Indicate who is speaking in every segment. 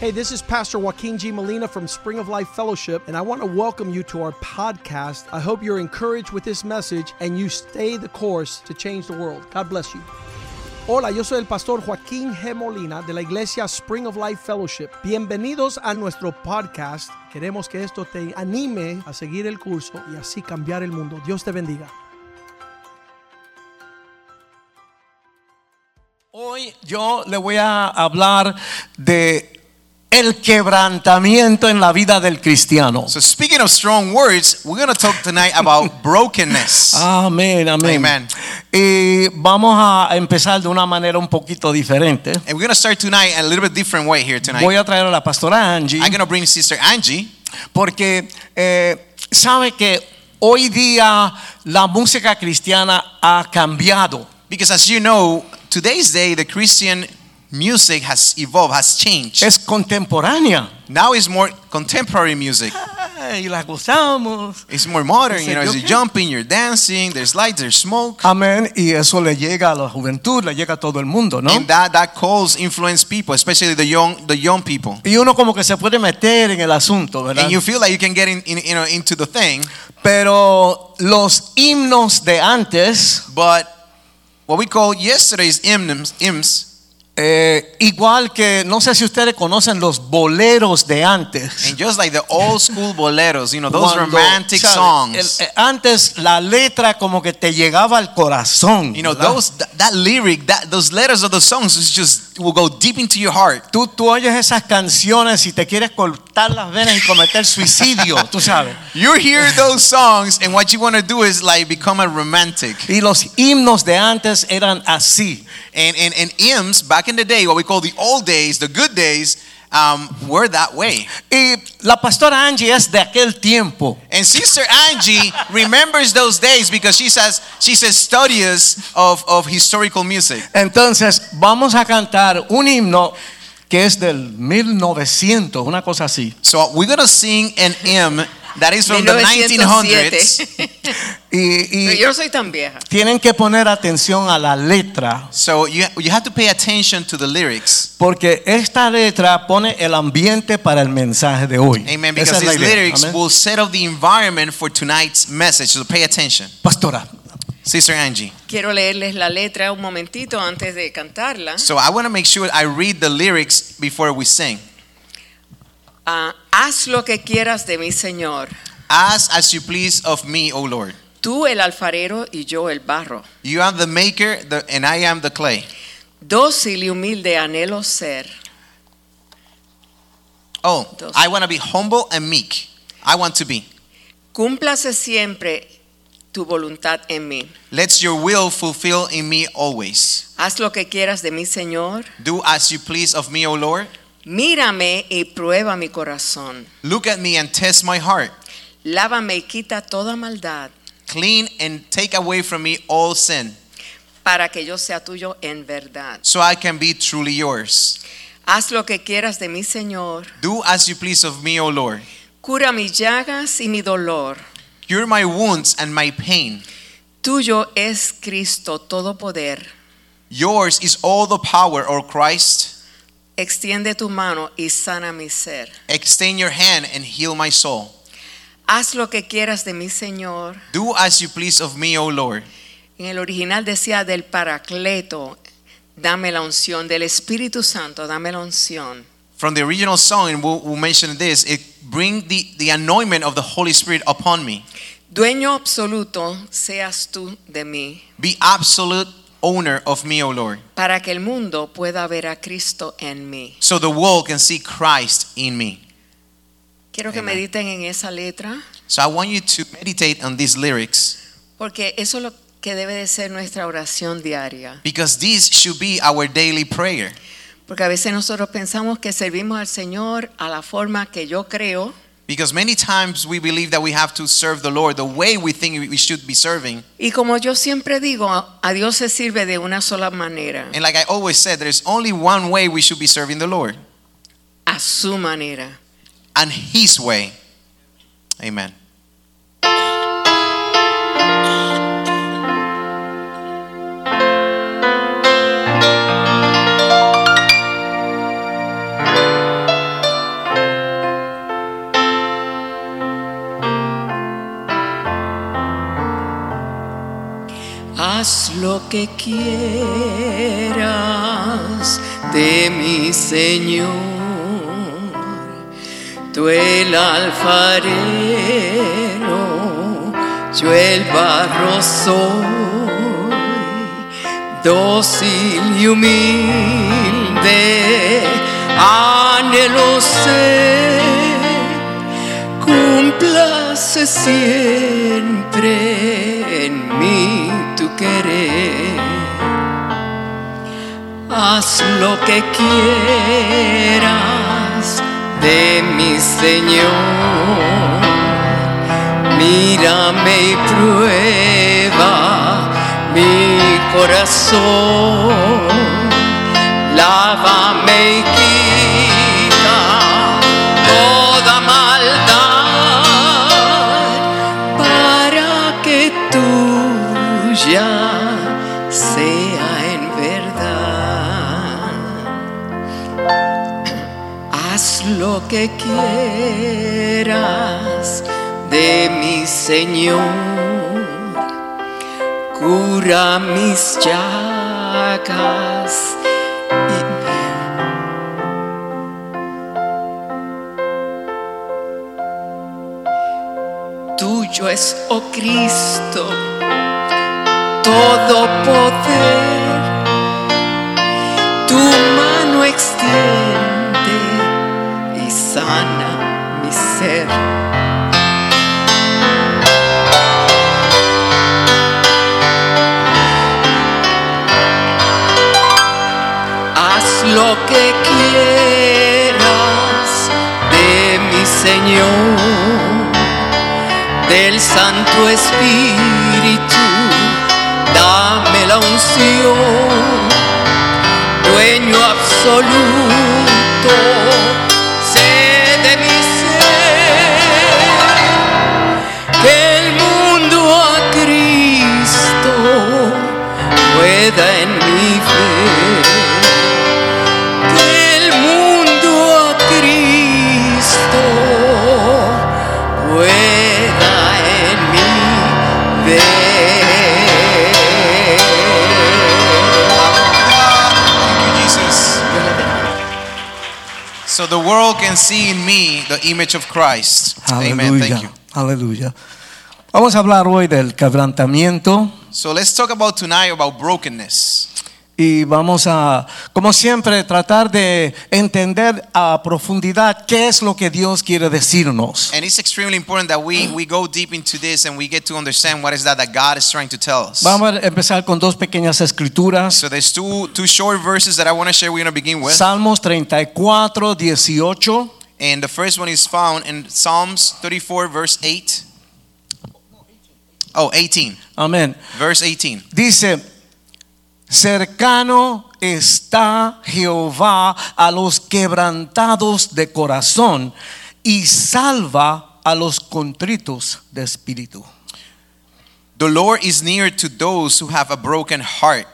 Speaker 1: Hey, this is Pastor Joaquin G. Molina from Spring of Life Fellowship, and I want to welcome you to our podcast. I hope you're encouraged with this message and you stay the course to change the world. God bless you. Hola, yo soy el pastor Joaquín G. Molina de la iglesia Spring of Life Fellowship. Bienvenidos a nuestro podcast. Queremos que esto te anime a seguir el curso y así cambiar el mundo. Dios te bendiga.
Speaker 2: Hoy yo le voy a hablar de el quebrantamiento en la vida del cristiano.
Speaker 3: So speaking of strong words, we're going to talk tonight about brokenness.
Speaker 2: Ah. Amén, amén.
Speaker 3: Amen.
Speaker 2: Y vamos a empezar de una manera un poquito diferente.
Speaker 3: And we're going to start tonight a little bit different way here tonight.
Speaker 2: Voy a traer a la pastora Angie
Speaker 3: I'm going to bring Sister Angie
Speaker 2: porque eh, sabe que hoy día la música cristiana ha cambiado.
Speaker 3: because as you know, today's day the Christian music has evolved, has changed.
Speaker 2: Es contemporánea.
Speaker 3: Now it's more contemporary music.
Speaker 2: Y la gustamos.
Speaker 3: It's more modern, you know, you're jumping, you're dancing, there's lights, there's smoke.
Speaker 2: Amén. Y eso le llega a la juventud, le llega a todo el mundo, ¿no?
Speaker 3: And that that calls influence people, especially the young the young people.
Speaker 2: Y uno como que se puede meter en el asunto, ¿verdad?
Speaker 3: And you feel like you can get in, in you know into the thing,
Speaker 2: Pero los himnos de antes,
Speaker 3: but what we call yesterday's hymns, hymns
Speaker 2: eh, igual que, no sé si ustedes conocen los boleros de antes.
Speaker 3: And just like the old school boleros, you know, those
Speaker 2: Cuando,
Speaker 3: romantic
Speaker 2: ¿sabe?
Speaker 3: songs.
Speaker 2: El- eh, antes la letra como que te llegaba al corazón.
Speaker 3: you know,
Speaker 2: ¿verdad?
Speaker 3: those that, that lyric, that those letters of the songs is just will go deep into your heart.
Speaker 2: Tú, tú oyes esas canciones y te quieres cortar las venas y cometer suicidio, tú sabes.
Speaker 3: You hear those songs and what you want to do is like become a romantic.
Speaker 2: Y los himnos de antes eran así.
Speaker 3: And and and hymns back in the day, what we call the old days, the good days, um, were that way.
Speaker 2: Y la pastora Angie es de aquel tiempo.
Speaker 3: And Sister Angie remembers those days because she says she says studies of, of historical music.
Speaker 2: Entonces, vamos a cantar un himno que es del 1900, una cosa así.
Speaker 3: So we're gonna sing an hymn that is from the 1900s.
Speaker 4: 1907.
Speaker 2: Y, y
Speaker 4: Pero yo no soy tan vieja.
Speaker 2: tienen que poner atención a la letra,
Speaker 3: So you, you have to pay attention to the lyrics.
Speaker 2: porque esta letra pone el ambiente para el mensaje de hoy.
Speaker 3: Amen.
Speaker 2: Esa
Speaker 3: Because
Speaker 2: es la
Speaker 3: these
Speaker 2: idea.
Speaker 3: lyrics
Speaker 2: Amén.
Speaker 3: will set up the environment for tonight's message. So pay attention.
Speaker 2: Pastora,
Speaker 3: Sister Angie.
Speaker 4: Quiero leerles la letra un momentito antes de cantarla.
Speaker 3: So I want to make sure I read the lyrics before we sing.
Speaker 4: Ah, Haz lo que quieras de mí, Señor.
Speaker 3: As as you please of me, O Lord.
Speaker 4: Tú el alfarero y yo el barro.
Speaker 3: You are the maker, the, and I am the clay.
Speaker 4: Dócil y humilde anhelo ser.
Speaker 3: Oh,
Speaker 4: Dos.
Speaker 3: I want to be humble and meek. I want to be.
Speaker 4: Cúmplase siempre tu voluntad en mí.
Speaker 3: Let your will fulfill in me always.
Speaker 4: Haz lo que quieras de mí, Señor.
Speaker 3: Do as you please of me, O Lord.
Speaker 4: Mírame y prueba mi corazón.
Speaker 3: Look at me and test my heart.
Speaker 4: Lávame y quita toda maldad
Speaker 3: Clean and take away from me all sin.
Speaker 4: para que yo sea tuyo en verdad.
Speaker 3: so I can be truly yours.
Speaker 4: Haz lo que quieras de mí, Señor.
Speaker 3: Do as you please of me, O Lord.
Speaker 4: Cura mis llagas y mi dolor.
Speaker 3: Cure my wounds and my pain.
Speaker 4: Tuyo es Cristo todo poder.
Speaker 3: Yours is all the power, O Christ.
Speaker 4: Extiende tu mano y sana mi ser.
Speaker 3: Extend your hand and heal my soul.
Speaker 4: Haz lo que quieras de mí, Señor.
Speaker 3: Do as you please of me, O Lord.
Speaker 4: En el original decía del Paracleto, dame la unción, del Espíritu Santo, dame la unción.
Speaker 3: From the original song, and we'll, we'll mention this, it bring the, the anointment of the Holy Spirit upon me.
Speaker 4: Dueño absoluto seas tú de mí,
Speaker 3: Be absolute owner of me, O Lord,
Speaker 4: para que el mundo pueda ver a Cristo en mí.
Speaker 3: so the world can see Christ in me.
Speaker 4: Quiero que
Speaker 3: Amen.
Speaker 4: mediten en esa letra,
Speaker 3: So I want you to meditate on these lyrics
Speaker 4: porque eso es lo que debe de ser nuestra oración diaria.
Speaker 3: because these should be our daily prayer.
Speaker 4: Porque a veces nosotros pensamos que servimos al Señor a la forma que yo creo
Speaker 3: Because many times we believe that we have to serve the Lord the way we think we should be serving.
Speaker 4: Y como yo siempre digo, a Dios se sirve de una sola manera,
Speaker 3: And like I always said, there's only one way we should be serving the Lord,
Speaker 4: a su manera.
Speaker 3: and His way. Amen.
Speaker 4: lo que quieras de mi Señor, tú el alfarero, yo el barro soy, dócil y humilde, anhelo ser cumplase siempre en mí tu querer. Haz lo que quieras de mi Señor. Mírame y prueba mi corazón. Lávame y quita toda maldad para que tuya sea en verdad. Haz lo que quieras de mi Señor cura mis llagas. Y- Tuyo es, oh Cristo, todo poder, tu mano extiende y sana mi ser. Haz lo que quieras de mi Señor, del Santo Espíritu, dame la unción, dueño absoluto, sé de mi ser que el mundo a Cristo pueda en mi fe. Que el mundo a Cristo pueda en mi fe.
Speaker 3: Thank you, Jesus. So the world can see in me the image of Christ. Amen. Thank you.
Speaker 2: Aleluya. Aleluya. Vamos a hablar hoy del quebrantamiento
Speaker 3: So let's talk about tonight about brokenness.
Speaker 2: y vamos a, como siempre, tratar de entender a profundidad qué es lo que Dios quiere decirnos.
Speaker 3: And it's extremely important that we, we go deep into this and we get to understand what is that that God is trying to tell us.
Speaker 2: Vamos a empezar con dos pequeñas escrituras.
Speaker 3: So there's two two short verses that I want to share. We're gonna begin with,
Speaker 2: Salmos 34, 18.
Speaker 3: and the first one is found in Psalms 34, verse 8. Oh, 18,
Speaker 2: Amén.
Speaker 3: verse 18.
Speaker 2: Dice, cercano está Jehová a los quebrantados de corazón y salva a los contritos de espíritu.
Speaker 3: The Lord is near to those who have a broken heart,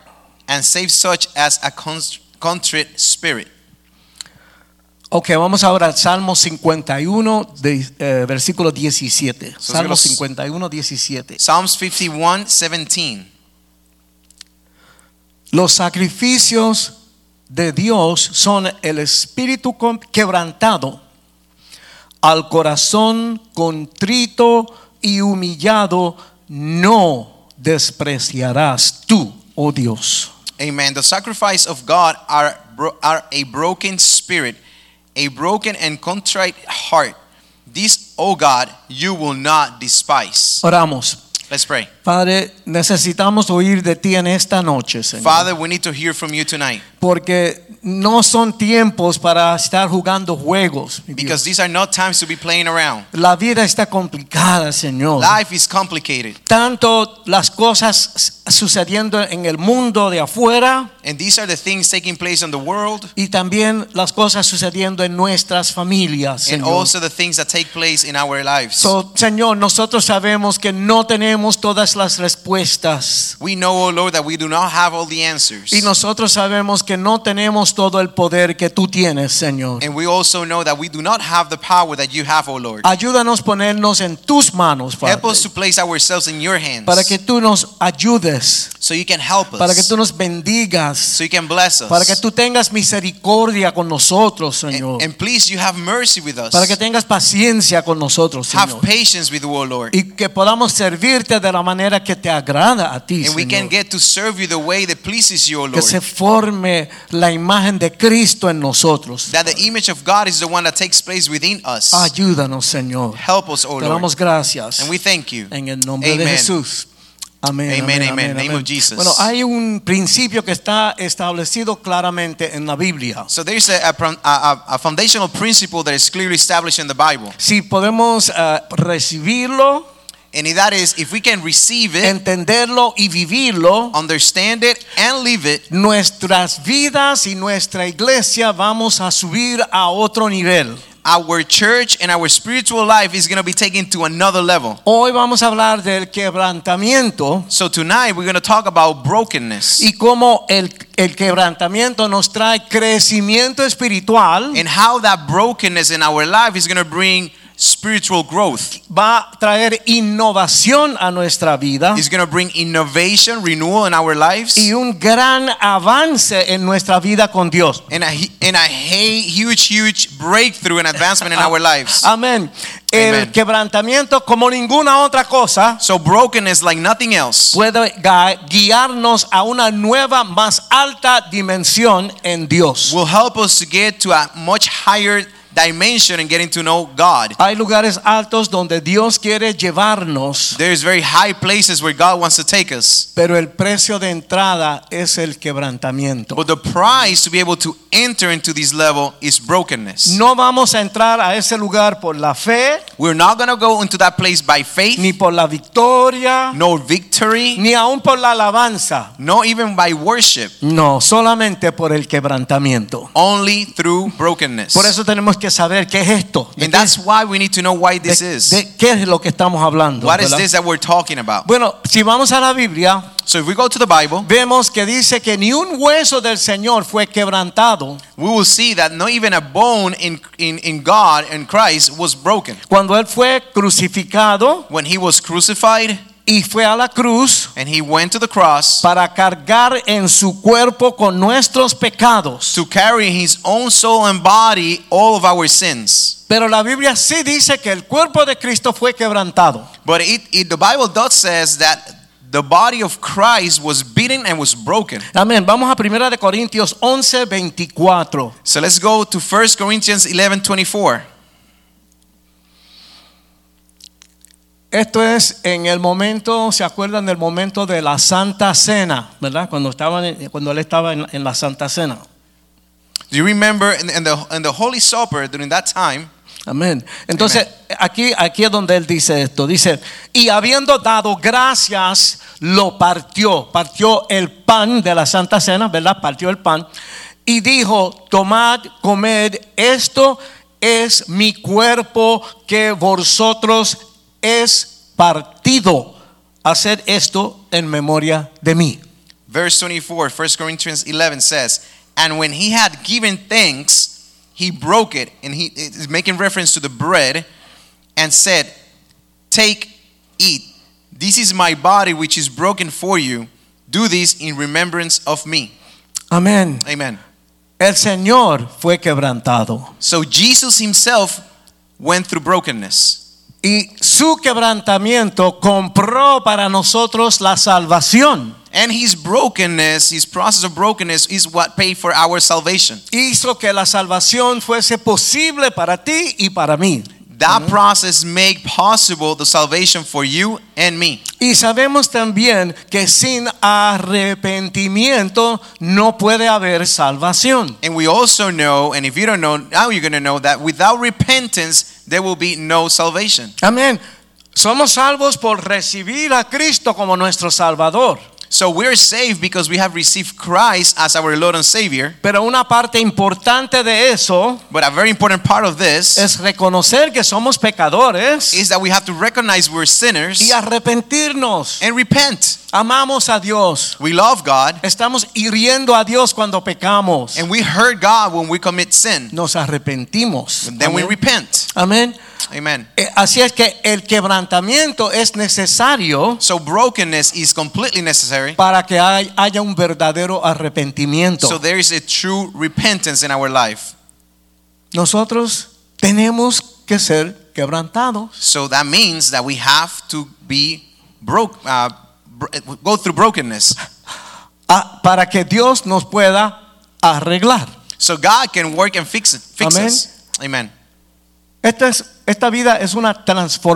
Speaker 3: and saves such as a const- contrite spirit.
Speaker 2: Ok, vamos ahora al Salmo 51, de- eh, versículo 17.
Speaker 3: So,
Speaker 2: Salmo
Speaker 3: los-
Speaker 2: 51, 17.
Speaker 3: Psalms 51, 17.
Speaker 2: Los sacrificios de Dios son el espíritu con- quebrantado, al corazón contrito y humillado no despreciarás tú, oh Dios.
Speaker 3: Amen. The sacrifice of God are, bro- are a broken spirit, a broken and contrite heart. This, O God, you will not despise.
Speaker 2: Oramos.
Speaker 3: Let's pray.
Speaker 2: Padre, necesitamos oír de ti en esta noche, Señor,
Speaker 3: Father, we need to hear from you tonight
Speaker 2: porque no son tiempos para estar jugando juegos. mi Dios.
Speaker 3: because these are not times to be playing around.
Speaker 2: La vida está complicada, Señor.
Speaker 3: Life is complicated,
Speaker 2: tanto las cosas sucediendo en el mundo de afuera
Speaker 3: and these are the things taking place in the world
Speaker 2: y también las cosas sucediendo en nuestras familias.
Speaker 3: and
Speaker 2: Señor.
Speaker 3: also the things that take place in our lives.
Speaker 2: So, Señor, nosotros sabemos que no tenemos todas las respuestas
Speaker 3: We know, O Lord, that we do not have all the answers.
Speaker 2: y nosotros sabemos que que no tenemos todo el poder que tú tienes, Señor.
Speaker 3: And we also know that we do not have the power that you have, O Lord.
Speaker 2: Ayúdanos a ponernos en tus manos, Padre,
Speaker 3: Help us to place ourselves in your hands
Speaker 2: para que tú nos ayudes,
Speaker 3: so you can help us,
Speaker 2: para que tú nos bendigas,
Speaker 3: so you can bless us.
Speaker 2: para que tú tengas misericordia con nosotros, Señor,
Speaker 3: and, and please, you have mercy with us.
Speaker 2: para que tengas paciencia con nosotros,
Speaker 3: have
Speaker 2: Señor,
Speaker 3: patience with you, O Lord.
Speaker 2: y que podamos servirte de la manera que te agrada a ti,
Speaker 3: and we can
Speaker 2: Señor.
Speaker 3: get to serve you the way that pleases you, O
Speaker 2: Que
Speaker 3: Lord.
Speaker 2: se forme la imagen de Cristo en nosotros.
Speaker 3: That the image of God is the one that takes place within us.
Speaker 2: Ayúdanos, Señor.
Speaker 3: Help us, O
Speaker 2: Ah, Te
Speaker 3: Lord.
Speaker 2: damos gracias.
Speaker 3: And we thank you.
Speaker 2: En el nombre de
Speaker 3: Amen.
Speaker 2: Jesús. Amén.
Speaker 3: Amen,
Speaker 2: amén,
Speaker 3: amen.
Speaker 2: amén,
Speaker 3: Name
Speaker 2: amén.
Speaker 3: of Jesus.
Speaker 2: Bueno, hay un principio que está establecido claramente en la Biblia.
Speaker 3: So there's a, a, pron- a- a- a foundational principle that is clearly established in the Bible.
Speaker 2: Si podemos eh, recibirlo,
Speaker 3: And that is if we can receive it,
Speaker 2: entenderlo y vivirlo,
Speaker 3: understand it, and live it,
Speaker 2: nuestras vidas y nuestra iglesia vamos a subir a otro nivel.
Speaker 3: our church and our spiritual life is going to be taken to another level.
Speaker 2: Hoy vamos a hablar del quebrantamiento
Speaker 3: So tonight we're going to talk about brokenness
Speaker 2: y cómo el, el quebrantamiento nos trae crecimiento espiritual.
Speaker 3: and how that brokenness in our life is going to bring spiritual growth.
Speaker 2: va a traer innovación a nuestra vida
Speaker 3: It's going to bring innovation, renewal in our lives.
Speaker 2: Ah. y un gran avance en nuestra vida con Dios.
Speaker 3: and a, and a hey, huge, huge breakthrough and advancement in
Speaker 2: Uh,
Speaker 3: our lives.
Speaker 2: Amén. El
Speaker 3: Amen.
Speaker 2: quebrantamiento como ninguna otra cosa
Speaker 3: So brokenness, like nothing else,
Speaker 2: puede gui- guiarnos a una nueva más alta dimensión en Dios.
Speaker 3: will help us to get to a much higher dimension and getting to know God.
Speaker 2: Hay lugares altos donde Dios quiere llevarnos,
Speaker 3: There's very high places where God wants to take us,
Speaker 2: pero el precio de entrada es el quebrantamiento.
Speaker 3: but the price to be able to enter into this level is brokenness.
Speaker 2: No vamos a entrar a ese lugar por la fe,
Speaker 3: We're not gonna go into that place by faith,
Speaker 2: ni por la victoria,
Speaker 3: no victory,
Speaker 2: ni aún por la alabanza.
Speaker 3: no even by worship,
Speaker 2: No, solamente por el quebrantamiento.
Speaker 3: only through brokenness.
Speaker 2: Por eso tenemos que saber qué es esto. ¿De,
Speaker 3: And
Speaker 2: qué,
Speaker 3: that's why we need to know why this
Speaker 2: de-
Speaker 3: is.
Speaker 2: de qué es lo que estamos hablando?
Speaker 3: What is
Speaker 2: ¿verdad?
Speaker 3: this that we're talking about?
Speaker 2: Bueno, si vamos a la Biblia,
Speaker 3: So if we go to the Bible,
Speaker 2: vemos que dice que ni un hueso del Señor fue quebrantado
Speaker 3: we will see that not even a bone in, in, in God and Christ was broken.
Speaker 2: cuando Él fue crucificado
Speaker 3: When he was crucified
Speaker 2: y fue a la cruz
Speaker 3: and he went to the cross
Speaker 2: para cargar en su cuerpo con nuestros pecados.
Speaker 3: to carry his own soul and body all of our sins.
Speaker 2: Pero la Biblia sí dice que el cuerpo de Cristo fue quebrantado.
Speaker 3: But it, it the Bible does says that the body of Christ was beaten and was broken.
Speaker 2: Amén. Vamos a 1 de Corintios 11, 24.
Speaker 3: So let's go to 1 Corinthians 11 24.
Speaker 2: Esto es en el momento, ¿se acuerdan del momento de la Santa Cena? ¿Verdad? Cuando, estaban, en- cuando él estaba en, en la Santa Cena.
Speaker 3: Do you remember in, in, the, in the Holy Supper during that time?
Speaker 2: Amén. Entonces, aquí, aquí es donde él dice esto. Dice, y habiendo dado gracias, lo partió. Partió el pan de la Santa Cena, ¿verdad? Partió el pan. Y dijo, tomad, comed, esto es mi cuerpo que vosotros es partido. Hacer esto en memoria de mí.
Speaker 3: Verse 24, 1 Corinthians 11 says, And when he had given thanks, he broke it, and he is making reference to the bread, and said, Take, eat. This is my body, which is broken for you. Do this in remembrance of me.
Speaker 2: Amén.
Speaker 3: Amen.
Speaker 2: El Señor fue quebrantado.
Speaker 3: So Jesus himself went through brokenness,
Speaker 2: Y su quebrantamiento compró para nosotros la salvación.
Speaker 3: and his brokenness, his process of brokenness, is what paid for our salvation.
Speaker 2: Hizo que la salvación fuese posible para ti y para mí.
Speaker 3: That process made possible the salvation for you and me.
Speaker 2: Y sabemos también que sin arrepentimiento no puede haber salvación.
Speaker 3: And we also know, and if you don't know, now you're going to know that without repentance, there will be no salvation.
Speaker 2: Amén. Somos salvos por recibir a Cristo como nuestro Salvador.
Speaker 3: So we're saved because we have received Christ as our Lord and Savior.
Speaker 2: Pero una parte importante de eso
Speaker 3: But a very important part of this
Speaker 2: es reconocer que somos pecadores
Speaker 3: is that we have to recognize we're sinners
Speaker 2: y arrepentirnos.
Speaker 3: and repent.
Speaker 2: Amamos a Dios.
Speaker 3: We love God
Speaker 2: Estamos hiriendo a Dios cuando pecamos.
Speaker 3: and we hurt God when we commit sin.
Speaker 2: Nos arrepentimos.
Speaker 3: And then we
Speaker 2: Amén.
Speaker 3: repent.
Speaker 2: Amén.
Speaker 3: Amen.
Speaker 2: Eh, Así es que el quebrantamiento es necesario
Speaker 3: So brokenness is completely necessary.
Speaker 2: para que hay- haya un verdadero arrepentimiento.
Speaker 3: So there is a true repentance in our life.
Speaker 2: Nosotros tenemos que ser quebrantados.
Speaker 3: So that means that we have to be broke, uh, br- go through brokenness.
Speaker 2: Ah, para que Dios nos pueda arreglar.
Speaker 3: So God can work and fix it. Fix
Speaker 2: Amen.
Speaker 3: us. Amen.
Speaker 2: Esta, es- esta vida es una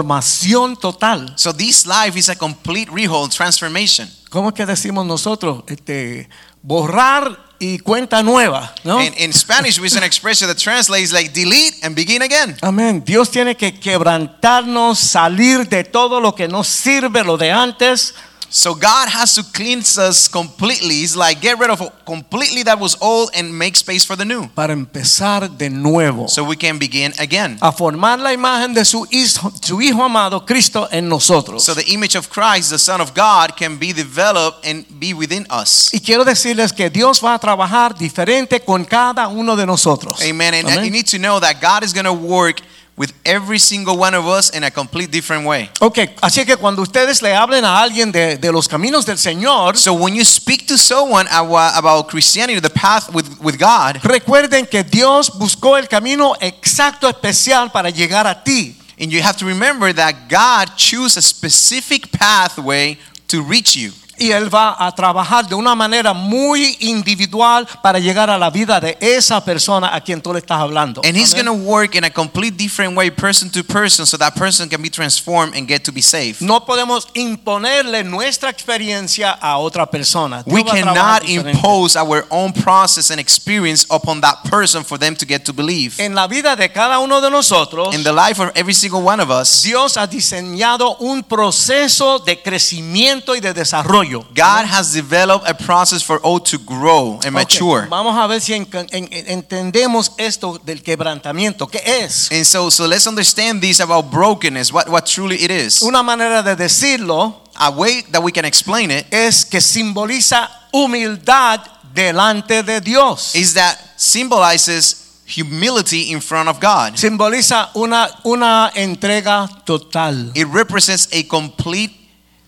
Speaker 2: transformación total.
Speaker 3: So this life is a complete rehold transformation.
Speaker 2: ¿Cómo es que decimos nosotros? Este, borrar y cuenta nueva. ¿no?
Speaker 3: In, in Spanish, we use an expression that translates like delete and begin again.
Speaker 2: Amén. Dios tiene que quebrantarnos, salir de todo lo que nos sirve, lo de antes,
Speaker 3: So God has to cleanse us completely. It's like get rid of completely that was old and make space for the new.
Speaker 2: para empezar de nuevo.
Speaker 3: So we can begin again.
Speaker 2: a formar la imagen de su hijo, su hijo amado Cristo en nosotros.
Speaker 3: So the image of Christ, the Son of God, can be developed and be within us.
Speaker 2: y quiero decirles que Dios va a trabajar diferente con cada uno de nosotros.
Speaker 3: Amen. And
Speaker 2: Amén.
Speaker 3: you need to know that God is going to work with every single one of us in a complete different way.
Speaker 2: Ok, así que cuando ustedes le hablen a alguien de, de los caminos del Señor,
Speaker 3: So when you speak to someone awa- about Christianity, the path with, with God,
Speaker 2: recuerden que Dios buscó el camino exacto, especial para llegar a ti.
Speaker 3: and you have to remember that God choose a specific pathway to reach you.
Speaker 2: Y Él va a trabajar de una manera muy individual para llegar a la vida de esa persona a quien tú le estás hablando.
Speaker 3: And he's
Speaker 2: Amén.
Speaker 3: going to work in a complete different way, person to person, so that person can be transformed and get to be saved.
Speaker 2: No podemos imponerle nuestra experiencia a otra persona. Dios
Speaker 3: We
Speaker 2: va a trabajar
Speaker 3: cannot
Speaker 2: diferente.
Speaker 3: impose our own process and experience upon that person for them to get to believe.
Speaker 2: En la vida de cada uno de nosotros,
Speaker 3: In the life of every single one of us,
Speaker 2: Dios ha diseñado un proceso de crecimiento y de desarrollo.
Speaker 3: God has developed a process for all to grow and
Speaker 2: Ok,
Speaker 3: mature.
Speaker 2: Vamos a ver si en- en- entendemos esto del quebrantamiento. ¿Qué es?
Speaker 3: And so, so let's understand this about brokenness, what, what truly it is.
Speaker 2: Una manera de decirlo
Speaker 3: A way that we can explain it
Speaker 2: es que simboliza humildad delante de Dios.
Speaker 3: is that symbolizes humility in front of God.
Speaker 2: Simboliza una, una entrega total.
Speaker 3: It represents a complete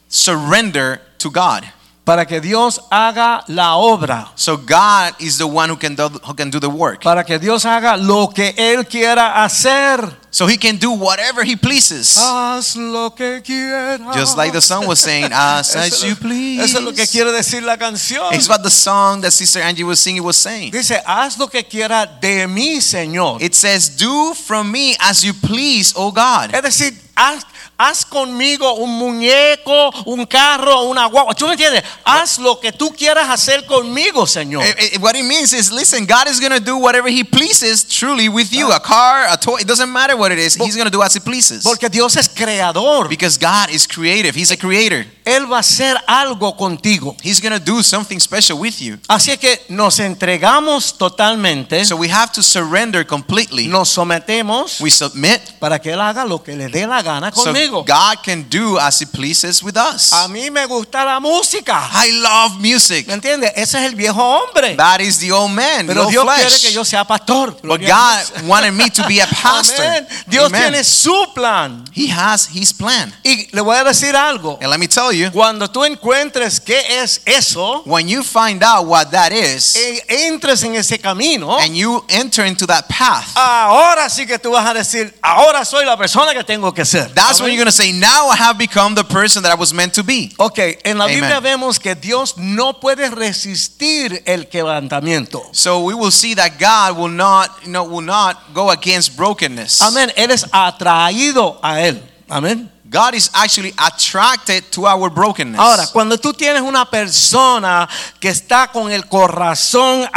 Speaker 3: surrender to God.
Speaker 2: para que Dios haga la obra,
Speaker 3: So God is the one who can do, who can do the work.
Speaker 2: para que Dios haga lo que Él quiera hacer.
Speaker 3: So he can do whatever he pleases.
Speaker 2: Ah, Haz lo que quieras.
Speaker 3: Just like the song was saying, as
Speaker 2: ah. Eso es
Speaker 3: as
Speaker 2: lo-
Speaker 3: you please.
Speaker 2: Eso es lo que quiere decir la canción.
Speaker 3: It's what the song that Sister Angie was singing was saying.
Speaker 2: Dice, haz lo que quiera de mí, Señor.
Speaker 3: It says, "Do from me as you please, O God."
Speaker 2: es decir, haz, haz conmigo un muñeco, un carro, una guagua. ¿Tú me entiendes? Haz lo que tú quieras hacer conmigo, Señor.
Speaker 3: It- it- what it means is, listen, God is gonna do whatever He pleases, truly with you. A car, a toy, it doesn't matter what it is. He's gonna do as He pleases.
Speaker 2: Porque Dios es creador.
Speaker 3: Because God is creative. He's a creator.
Speaker 2: Él va a hacer algo contigo.
Speaker 3: He's gonna do something special with you.
Speaker 2: Así es que nos entregamos totalmente,
Speaker 3: So we have to surrender completely.
Speaker 2: nos sometemos
Speaker 3: We submit,
Speaker 2: para que él haga lo que le dé la gana
Speaker 3: so
Speaker 2: conmigo.
Speaker 3: God can do as He pleases with us.
Speaker 2: A mí me gusta la música,
Speaker 3: I love music.
Speaker 2: ¿me entiendes? Ese es el viejo hombre.
Speaker 3: That is the old man, the
Speaker 2: Pero
Speaker 3: old
Speaker 2: Dios quiere
Speaker 3: flesh.
Speaker 2: que yo sea pastor.
Speaker 3: But
Speaker 2: Gloria a
Speaker 3: God
Speaker 2: Dios.
Speaker 3: wanted me to be a pastor.
Speaker 2: Amén. Dios
Speaker 3: Amen.
Speaker 2: tiene su plan.
Speaker 3: He has His plan.
Speaker 2: Y le voy a decir algo.
Speaker 3: And let me tell you,
Speaker 2: Cuando tú encuentres qué es eso,
Speaker 3: when you find out what that is
Speaker 2: e- entres en ese camino,
Speaker 3: and you enter into that path,
Speaker 2: Uh, ahora sí que tú vas a decir, ahora soy la persona que tengo que ser.
Speaker 3: that's when
Speaker 2: Amén.
Speaker 3: you're going to say, Now I have become the person that I was meant to be.
Speaker 2: Ok, en la
Speaker 3: Amen.
Speaker 2: Biblia vemos que Dios no puede resistir el quebrantamiento.
Speaker 3: So we will see that God will not, you know, will not go against brokenness.
Speaker 2: Amén, eres atraído a Él. Amén.
Speaker 3: God is actually attracted to our brokenness.
Speaker 2: Ahora, cuando tú tienes una persona que está con el corazón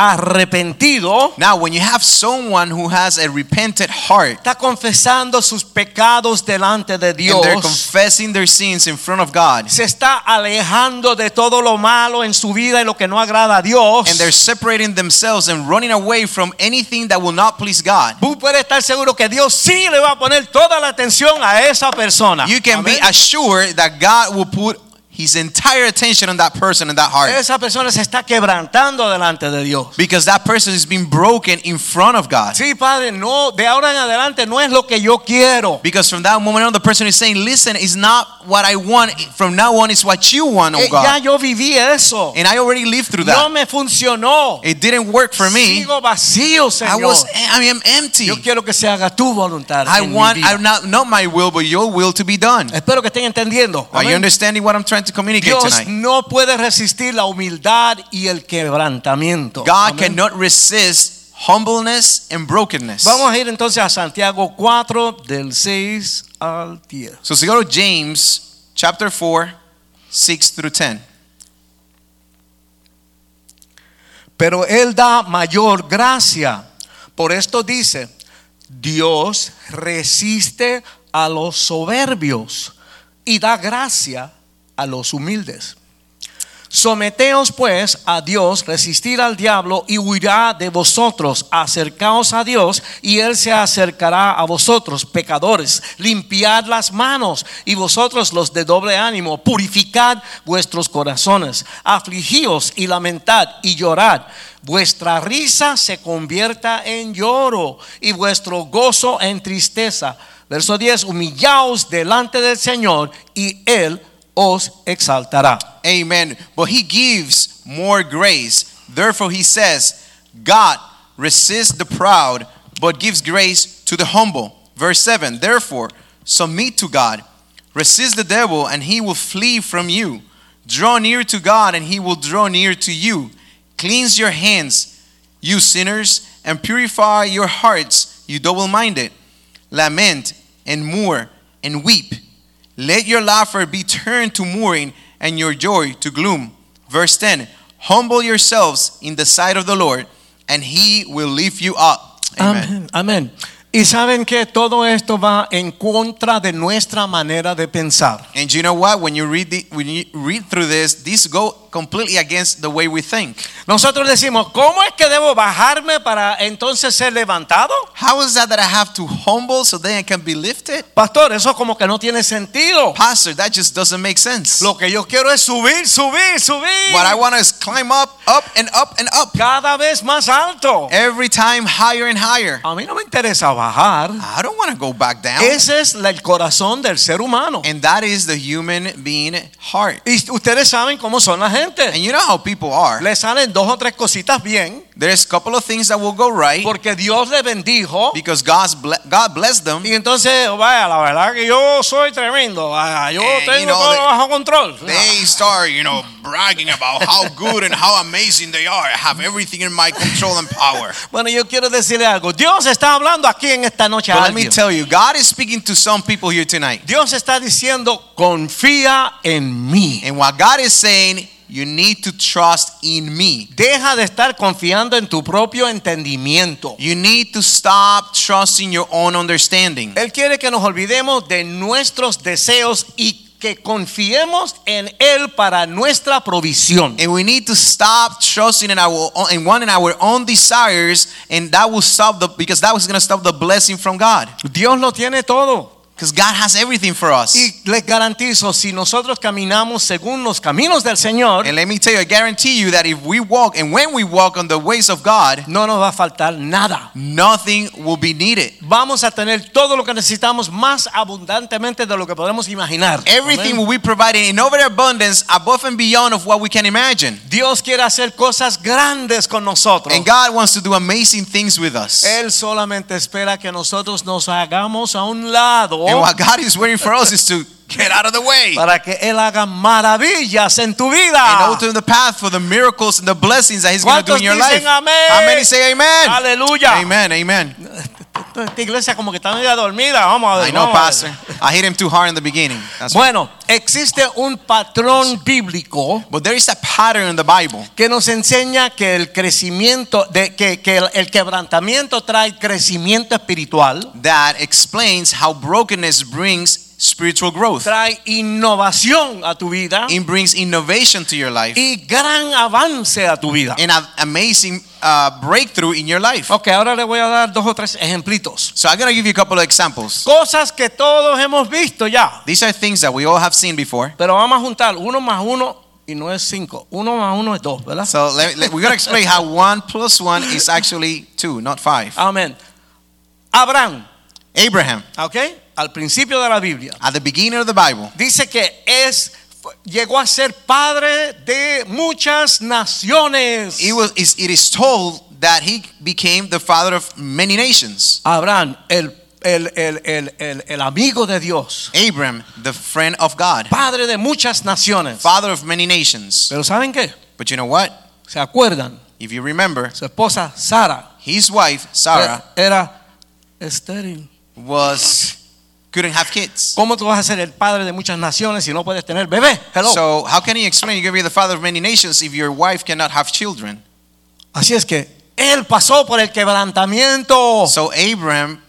Speaker 2: arrepentido,
Speaker 3: now, when you have someone who has a repentant heart
Speaker 2: está confesando sus pecados delante de
Speaker 3: and they're
Speaker 2: Dios,
Speaker 3: confessing their sins in front of God
Speaker 2: se está alejando de todo lo malo en su vida y lo que no agrada a Dios.
Speaker 3: and they're separating themselves and running away from anything that will not please God,
Speaker 2: Tú puedes estar seguro que Dios sí le va a poner toda la atención a esa persona.
Speaker 3: you can be
Speaker 2: Amén.
Speaker 3: assured that God will put his entire attention on that person and that heart
Speaker 2: Esa persona se está quebrantando delante de Dios.
Speaker 3: because that person is being broken in front of God.
Speaker 2: Sí, padre, no, de ahora en adelante no es lo que yo quiero.
Speaker 3: Because from that moment on, the person is saying, Listen, it's not what I want. From now on, it's what you want, oh
Speaker 2: Eh, ya
Speaker 3: God.
Speaker 2: yo viví eso.
Speaker 3: And I already lived through
Speaker 2: No
Speaker 3: that.
Speaker 2: me funcionó.
Speaker 3: It didn't work for me.
Speaker 2: Sigo vacío,
Speaker 3: I
Speaker 2: Señor.
Speaker 3: was, I am empty.
Speaker 2: Yo quiero que se haga tu voluntad.
Speaker 3: I
Speaker 2: en mi
Speaker 3: want,
Speaker 2: vida.
Speaker 3: I not, not my will, but your will to be done.
Speaker 2: Espero que estén entendiendo.
Speaker 3: Are you
Speaker 2: Amén.
Speaker 3: understanding what I'm trying to communicate
Speaker 2: Dios
Speaker 3: tonight?
Speaker 2: no puede resistir la humildad y el quebrantamiento.
Speaker 3: God
Speaker 2: Amén.
Speaker 3: cannot resist humbleness and brokenness.
Speaker 2: Vamos a ir entonces a Santiago 4 del 6 al 10.
Speaker 3: So, so go to James chapter 4, 6 through 10.
Speaker 2: Pero Él da mayor gracia. Por esto dice, Dios resiste a los soberbios y da gracia a los humildes. Someteos pues a Dios, resistir al diablo y huirá de vosotros. Acercaos a Dios y Él se acercará a vosotros, pecadores. Limpiad las manos y vosotros los de doble ánimo. Purificad vuestros corazones. Afligíos y lamentad y llorad. Vuestra risa se convierta en lloro y vuestro gozo en tristeza. Verso 10, humillaos delante del Señor y Él os exaltará.
Speaker 3: Amen. But he gives more grace. Therefore, he says, God resists the proud, but gives grace to the humble. Verse 7 Therefore, submit to God. Resist the devil, and he will flee from you. Draw near to God, and he will draw near to you. Cleanse your hands, you sinners, and purify your hearts, you double minded. Lament and mourn and weep. Let your laughter be turned to mourning and your joy to gloom. Verse 10 Humble yourselves in the sight of the Lord, and he will lift you up. Amen.
Speaker 2: Amén. Amén. Y saben que todo esto va en contra de nuestra manera de pensar.
Speaker 3: And you know what? When you read the, when you read through this, these go completely against the way we think.
Speaker 2: Nosotros decimos, ¿cómo es que debo bajarme para entonces ser levantado?
Speaker 3: How is that that I have to humble so then I can be lifted?
Speaker 2: Pastor, eso como que no tiene sentido.
Speaker 3: Pastor, that just doesn't make sense.
Speaker 2: Lo que yo quiero es subir, subir, subir.
Speaker 3: What I want is climb up, up and up and up.
Speaker 2: Cada vez más alto.
Speaker 3: Every time higher and higher.
Speaker 2: A mí no me interesa bajar.
Speaker 3: I don't want to go back down.
Speaker 2: Ese es la- el corazón del ser humano.
Speaker 3: And that is the human being heart.
Speaker 2: Y ustedes saben cómo son la
Speaker 3: And
Speaker 2: gente.
Speaker 3: you know how people are.
Speaker 2: Le salen dos o tres cositas bien
Speaker 3: There's a couple of things that will go right
Speaker 2: porque Dios le bendijo.
Speaker 3: because God's ble- God blessed them.
Speaker 2: Y entonces, vaya, la verdad que yo soy tremendo. vaya, yo
Speaker 3: Eh, you
Speaker 2: tengo
Speaker 3: know,
Speaker 2: todo
Speaker 3: they-
Speaker 2: bajo control.
Speaker 3: They start, you know, bragging about how good and how amazing they are. I have everything in my control and power.
Speaker 2: Bueno, yo quiero decirle algo. Dios está hablando aquí en esta noche. a
Speaker 3: But let me
Speaker 2: alguien.
Speaker 3: tell you, God is speaking to some people here tonight.
Speaker 2: Dios está diciendo, confía en mí.
Speaker 3: And what God is saying, you need to trust in me.
Speaker 2: Deja de estar confiando en tu propio entendimiento.
Speaker 3: You need to stop trusting your own understanding.
Speaker 2: Él quiere que nos olvidemos de nuestros deseos y que confiemos en Él para nuestra provisión.
Speaker 3: And we need to stop trusting in our own, in one in our own desires, and that will stop the because that was going to stop the blessing from God.
Speaker 2: Dios lo tiene todo.
Speaker 3: Because God has everything for us.
Speaker 2: Y les garantizo, si nosotros caminamos según los caminos del Señor,
Speaker 3: And let me tell you, I guarantee you that if we walk and when we walk on the ways of God,
Speaker 2: no nos va a faltar nada.
Speaker 3: nothing will be needed.
Speaker 2: Vamos a tener todo lo que necesitamos más abundantemente de lo que podemos imaginar.
Speaker 3: Everything
Speaker 2: Amén.
Speaker 3: will be provided in overabundance, above and beyond of what we can imagine.
Speaker 2: Dios quiere hacer cosas grandes con nosotros.
Speaker 3: And God wants to do amazing things with us. And
Speaker 2: Él solamente espera que nosotros nos hagamos a un lado
Speaker 3: what God is waiting for us is to get out of the way and
Speaker 2: para que Él haga maravillas en tu vida.
Speaker 3: open the path for the miracles and the blessings that He's going to do
Speaker 2: Ah. ¿Cuántos
Speaker 3: in your
Speaker 2: dicen
Speaker 3: life.
Speaker 2: amén?
Speaker 3: How many say amen?
Speaker 2: Aleluya.
Speaker 3: Amen, amen.
Speaker 2: Esta iglesia como que está media dormida. Vamos a ver.
Speaker 3: I know,
Speaker 2: vamos a ver.
Speaker 3: Pastor. I hit him too hard in the beginning. That's why.
Speaker 2: Bueno, existe un patrón bíblico
Speaker 3: But there is a pattern in the Bible
Speaker 2: que nos enseña que el crecimiento, de, que, que el, el quebrantamiento trae crecimiento espiritual,
Speaker 3: that explains how brokenness brings spiritual growth.
Speaker 2: trae innovación a tu vida
Speaker 3: It brings innovation to your life
Speaker 2: y gran avance a tu vida.
Speaker 3: and an amazing uh, breakthrough in your life.
Speaker 2: Ok, ahora le voy a dar dos o tres ejemplitos.
Speaker 3: So I'm going to give you a couple of examples.
Speaker 2: Cosas que todos hemos visto ya,
Speaker 3: These are things that we all have seen before.
Speaker 2: pero vamos a juntar uno más uno y no es cinco. Uno más uno es dos, ¿verdad?
Speaker 3: So let, let- we're going to explain how one plus one is actually two, not five.
Speaker 2: Amén. Abraham,
Speaker 3: Abraham,
Speaker 2: ok, al principio de la Biblia.
Speaker 3: at the beginning of the Bible,
Speaker 2: Dice que es llegó a ser padre de muchas naciones.
Speaker 3: it, was, is- it is told that he became the father of many nations.
Speaker 2: Abraham, el, el, el, el, el- el amigo de Dios,
Speaker 3: Abram, the friend of God,
Speaker 2: padre de muchas naciones.
Speaker 3: father of many nations.
Speaker 2: Pero ¿saben qué?
Speaker 3: But you know what?
Speaker 2: ¿Se acuerdan?
Speaker 3: If you remember,
Speaker 2: Su esposa Sara
Speaker 3: his wife, Sarah,
Speaker 2: e- era estéril.
Speaker 3: was couldn't have kids.
Speaker 2: ¿Cómo tú vas a ser el padre de muchas naciones si no puedes tener bebé? Hello.
Speaker 3: So how can he explain you're going to be the father of many nations if your wife cannot have children?
Speaker 2: Así es que él pasó por el quebrantamiento.
Speaker 3: So Abraham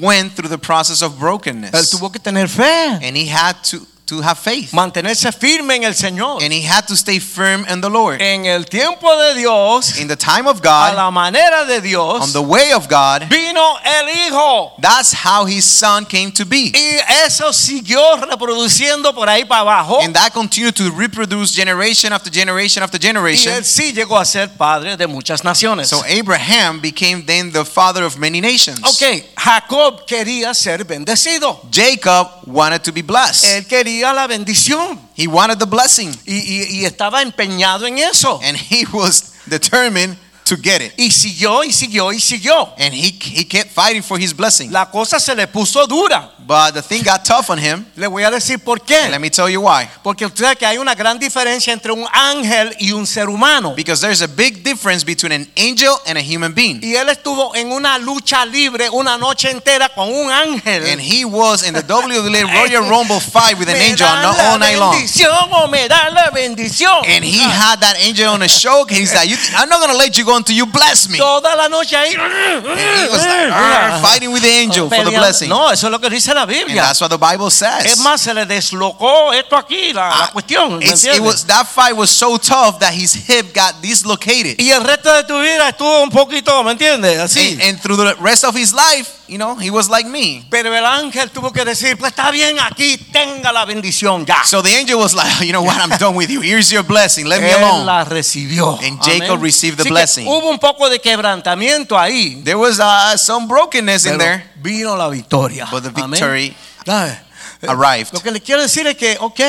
Speaker 3: went through the process of
Speaker 2: él
Speaker 3: brokenness,
Speaker 2: tuvo que tener fe,
Speaker 3: and he had to to have faith,
Speaker 2: mantenerse firme en el Señor.
Speaker 3: and he had to stay firm in the Lord,
Speaker 2: en el tiempo de Dios,
Speaker 3: in the time of
Speaker 2: a
Speaker 3: God,
Speaker 2: la manera de Dios,
Speaker 3: on the way of God.
Speaker 2: vino el Hijo.
Speaker 3: That's how his son came to be,
Speaker 2: Y eso siguió reproduciendo por ahí para abajo.
Speaker 3: and that continued to reproduce generation after generation after
Speaker 2: Y
Speaker 3: generation.
Speaker 2: él sí llegó a ser padre de muchas naciones.
Speaker 3: So Abraham became then the father of many nations.
Speaker 2: ok, Jacob quería ser bendecido.
Speaker 3: Jacob wanted to be blessed.
Speaker 2: Él quería la bendición
Speaker 3: He wanted the blessing.
Speaker 2: y, y- y estaba empeñado en eso.
Speaker 3: and he was determined to get it.
Speaker 2: Y siguió y siguió y siguió.
Speaker 3: And he, he kept fighting for his blessing.
Speaker 2: La cosa se le puso dura.
Speaker 3: But the thing got tough on him.
Speaker 2: Le voy a decir por
Speaker 3: And let
Speaker 2: qué.
Speaker 3: me tell you why.
Speaker 2: Porque usted sabe que hay una gran diferencia entre un ángel y un ser humano.
Speaker 3: Because there's a big difference between an angel and a human being.
Speaker 2: Y él estuvo en una lucha libre una noche entera con un ángel.
Speaker 3: And he was in the WWE Royal Rumble fight with an
Speaker 2: Me
Speaker 3: angel
Speaker 2: da
Speaker 3: all,
Speaker 2: la
Speaker 3: all night long.
Speaker 2: bendición o me da la bendición.
Speaker 3: And he had that angel on a showcase that you, I'm not going to let you go until you bless me.
Speaker 2: Toda la noche ahí.
Speaker 3: And he was like, "Ah, "Arr," fighting with the angel for the
Speaker 2: Peleando.
Speaker 3: blessing.
Speaker 2: No, eso es lo que dice la
Speaker 3: And
Speaker 2: Biblia.
Speaker 3: that's what the Bible
Speaker 2: Es
Speaker 3: says.
Speaker 2: más, se le deslocó esto aquí, la, la
Speaker 3: Ah,
Speaker 2: cuestión. ¿me
Speaker 3: it's- it
Speaker 2: entiendes?
Speaker 3: was, that fight was so tough that his hip got dislocated.
Speaker 2: y el resto de tu vida estuvo un poquito, ¿me entiendes? Así.
Speaker 3: And, and through the rest of his life, you know, he was like me.
Speaker 2: Pero el ángel tuvo que decir, pues está bien, aquí tenga la bendición ya.
Speaker 3: So the angel was like, you know what? I'm done with you. Here's your blessing. Let me
Speaker 2: Él
Speaker 3: alone.
Speaker 2: la recibió.
Speaker 3: And Jacob
Speaker 2: Amén.
Speaker 3: received the
Speaker 2: Así que
Speaker 3: blessing.
Speaker 2: Hubo un poco de quebrantamiento ahí.
Speaker 3: There was uh, some brokenness in
Speaker 2: Pero
Speaker 3: there,
Speaker 2: vino la victoria.
Speaker 3: but the
Speaker 2: Amén.
Speaker 3: victory
Speaker 2: ¿Sabes?
Speaker 3: arrived.
Speaker 2: Lo que le quiero decir es que, ok,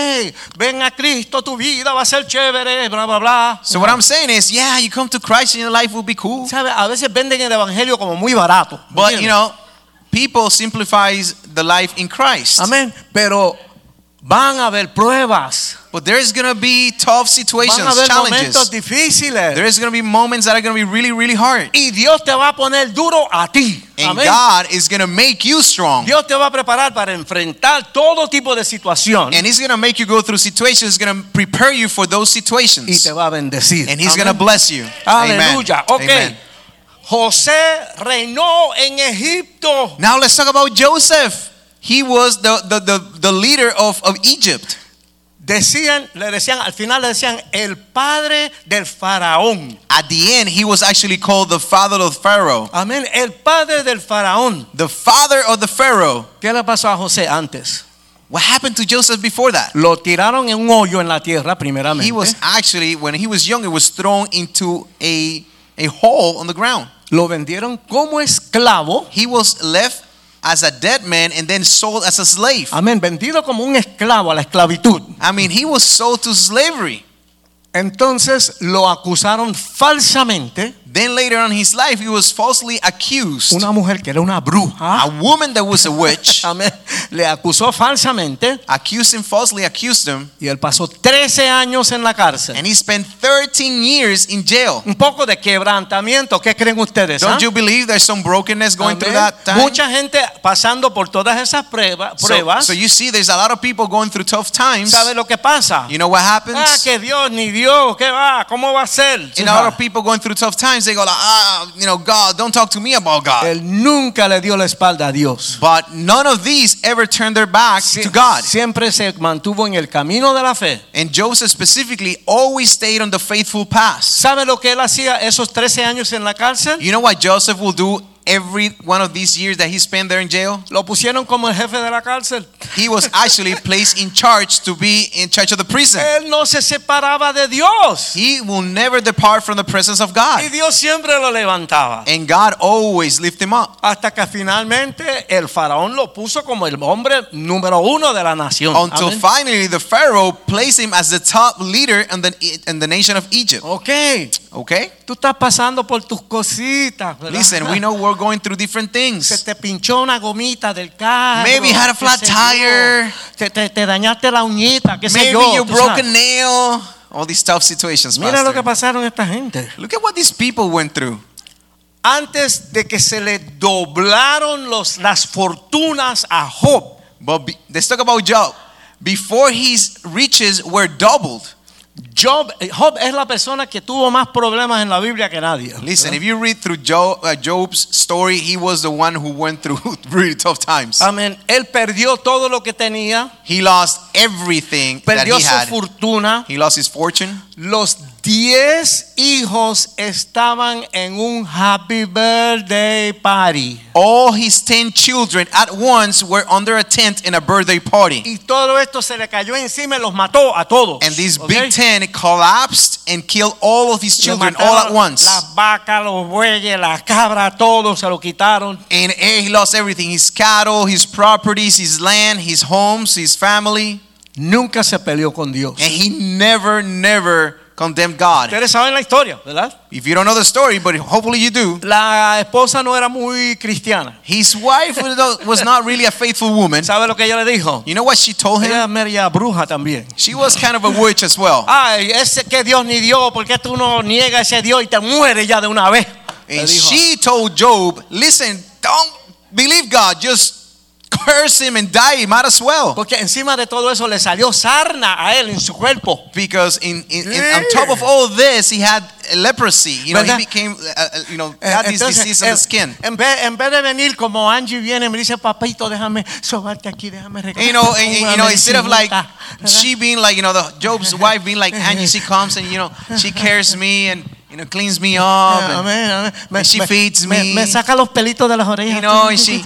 Speaker 2: ven a Cristo, tu vida va a ser chévere, bla, bla, bla.
Speaker 3: So what I'm saying is, yeah, you come to Christ and your life will be cool.
Speaker 2: ¿Sabe? A veces venden el evangelio como muy barato. ¿me
Speaker 3: But
Speaker 2: entiendes?
Speaker 3: you know, people simplifies the life in Christ.
Speaker 2: Amén. Pero van a haber pruebas,
Speaker 3: But there's gonna be tough
Speaker 2: van a
Speaker 3: situations,
Speaker 2: haber momentos
Speaker 3: challenges.
Speaker 2: difíciles.
Speaker 3: There is gonna be moments that are gonna be really, really hard.
Speaker 2: y Dios te va a poner duro a ti.
Speaker 3: And
Speaker 2: Amén.
Speaker 3: God is gonna make you strong.
Speaker 2: Dios te va a preparar para enfrentar todo tipo de situación
Speaker 3: And he's going to make you go through situations. He's going to prepare you for those
Speaker 2: y
Speaker 3: situations.
Speaker 2: te va a bendecir.
Speaker 3: And he's
Speaker 2: Amén.
Speaker 3: going to bless you.
Speaker 2: Aleluya.
Speaker 3: Amen.
Speaker 2: Ok.
Speaker 3: Amen.
Speaker 2: José reinó en Egipto.
Speaker 3: Now let's talk about Joseph. He was the, the, the, the leader of, of Egypt.
Speaker 2: Decían, le decían, al final le decían el padre del faraón.
Speaker 3: At the end, he was actually called the father of Pharaoh.
Speaker 2: Amén. El padre del faraón.
Speaker 3: The father of the Pharaoh.
Speaker 2: ¿Qué le pasó a José antes?
Speaker 3: What happened to Joseph before that?
Speaker 2: Lo tiraron en un hoyo en la tierra primeramente.
Speaker 3: He was actually, when he was young, he was thrown into a, a hole on the ground.
Speaker 2: Lo vendieron como esclavo.
Speaker 3: He was left as a dead man and then sold as a slave.
Speaker 2: Amén. Vendido como un esclavo a la esclavitud.
Speaker 3: I mean, he was sold to slavery.
Speaker 2: Entonces lo acusaron falsamente
Speaker 3: Then later on in his life, he was falsely accused.
Speaker 2: Una mujer que era una bruja.
Speaker 3: A woman that was a witch
Speaker 2: amén, Le acusó falsamente
Speaker 3: accused him falsely, accused him,
Speaker 2: y él pasó 13 años en la cárcel.
Speaker 3: and he spent 13 years in jail.
Speaker 2: Un poco de quebrantamiento, ¿qué creen ustedes? ah?
Speaker 3: Don't you believe there's some brokenness going through
Speaker 2: Amén.
Speaker 3: that time?
Speaker 2: Mucha gente pasando por todas esas prueba-
Speaker 3: So-
Speaker 2: pruebas.
Speaker 3: So, you see, there's a lot of people going through tough times.
Speaker 2: ¿Sabe lo que pasa?
Speaker 3: You know what happens?
Speaker 2: Ah, que Dios, ni Dios, ¿qué va? ¿Cómo va a ser?
Speaker 3: And a lot of people going through tough times, they go like, ah, you know, God, don't talk to me about God.
Speaker 2: Él nunca le dio la espalda a Dios.
Speaker 3: But none of these ever turned their back
Speaker 2: Sie-
Speaker 3: to God.
Speaker 2: Siempre se mantuvo en el camino de la fe.
Speaker 3: And Joseph specifically always stayed on the faithful path.
Speaker 2: ¿Sabe lo que él hacía esos 13 años en la cárcel?
Speaker 3: You know what Joseph will do every one of these years that he spent there in jail?
Speaker 2: Lo pusieron como el jefe de la cárcel.
Speaker 3: He was actually placed in charge to be in charge of the prison.
Speaker 2: Él no se separaba de Dios.
Speaker 3: He will never depart from the presence of
Speaker 2: Y
Speaker 3: God.
Speaker 2: Dios siempre lo levantaba.
Speaker 3: And God always lift him up.
Speaker 2: Hasta que finalmente el faraón lo puso como el hombre número uno de la nación.
Speaker 3: Until
Speaker 2: Amén.
Speaker 3: finally the Pharaoh placed him as the top leader in the, in the nation of Egypt.
Speaker 2: Ok,
Speaker 3: Okay?
Speaker 2: tú estás pasando por tus cositas. ¿verdad?
Speaker 3: Listen, we know we're going through different
Speaker 2: Se
Speaker 3: things.
Speaker 2: te pinchó una gomita del carro.
Speaker 3: Maybe you had a
Speaker 2: qué
Speaker 3: flat
Speaker 2: sé yo.
Speaker 3: tire.
Speaker 2: Te, te- te dañaste la uñita, qué sé
Speaker 3: Maybe
Speaker 2: yo.
Speaker 3: you
Speaker 2: tú
Speaker 3: broke a
Speaker 2: sabes.
Speaker 3: nail. All these tough situations,
Speaker 2: Mira lo que
Speaker 3: Pastor.
Speaker 2: pasaron esta gente.
Speaker 3: Look at what these people went through.
Speaker 2: Antes de que se le doblaron los, las fortunas a Job,
Speaker 3: But be, let's talk about Job. Before his riches were doubled.
Speaker 2: Job, eh, Job es la persona que tuvo más problemas en la Biblia que nadie.
Speaker 3: Listen, if you read through Job, uh, Job's story, he was the one who went through really tough times.
Speaker 2: Amén. Él perdió todo lo que tenía,
Speaker 3: He lost everything that
Speaker 2: perdió
Speaker 3: he
Speaker 2: su
Speaker 3: had.
Speaker 2: fortuna.
Speaker 3: He lost his fortune.
Speaker 2: Los 10 hijos estaban en un happy birthday party.
Speaker 3: All his 10 children at once were under a tent in a birthday party.
Speaker 2: Y todo esto se le cayó encima y los mató a todos.
Speaker 3: And these
Speaker 2: ¿ok?
Speaker 3: big 10 collapsed and killed all of his
Speaker 2: Los
Speaker 3: children
Speaker 2: mataron,
Speaker 3: all at once.
Speaker 2: Las vacas, los bueyes, las cabras, todos se lo quitaron.
Speaker 3: And eh, he lost everything his cattle, his properties, his land, his homes, his family.
Speaker 2: Nunca se peleó con Dios.
Speaker 3: And he never, never condemned God.
Speaker 2: Ustedes saben la historia, ¿verdad?
Speaker 3: If you don't know the story, but hopefully you do,
Speaker 2: La esposa no era muy cristiana.
Speaker 3: his wife was not- was not really a faithful woman.
Speaker 2: ¿Sabe lo que ella le dijo?
Speaker 3: You know what she told
Speaker 2: Ella
Speaker 3: him?
Speaker 2: era media bruja también.
Speaker 3: She was kind of a witch as well.
Speaker 2: Ay, ese que Dios ni Dios, ¿por qué tú no niegas ese Dios y te mueres ya de una vez? Le
Speaker 3: And
Speaker 2: dijo.
Speaker 3: she told Job, listen, don't believe God. Just curse him and die. He might as well.
Speaker 2: Porque encima de todo eso le salió sarna a él en su cuerpo.
Speaker 3: Because in, in, in- on
Speaker 2: Yeah.
Speaker 3: top of all this, he had leprosy. You know,
Speaker 2: ¿Verdad?
Speaker 3: he became, uh, uh, you know, he had this disease on
Speaker 2: en,
Speaker 3: the skin.
Speaker 2: Eh, en vez, en vez de venir como Angie viene, me dice, papito, déjame sobarte aquí, déjame regalar.
Speaker 3: And, you know, and, you know, instead of like
Speaker 2: Eh,
Speaker 3: she being like, you know, the Job's wife being like Angie, she comes and you know, she cares me and you know, cleans me up. And,
Speaker 2: Me,
Speaker 3: um, she
Speaker 2: me-
Speaker 3: feeds
Speaker 2: me-
Speaker 3: me.
Speaker 2: me saca los pelitos de las orejas.
Speaker 3: you know, and she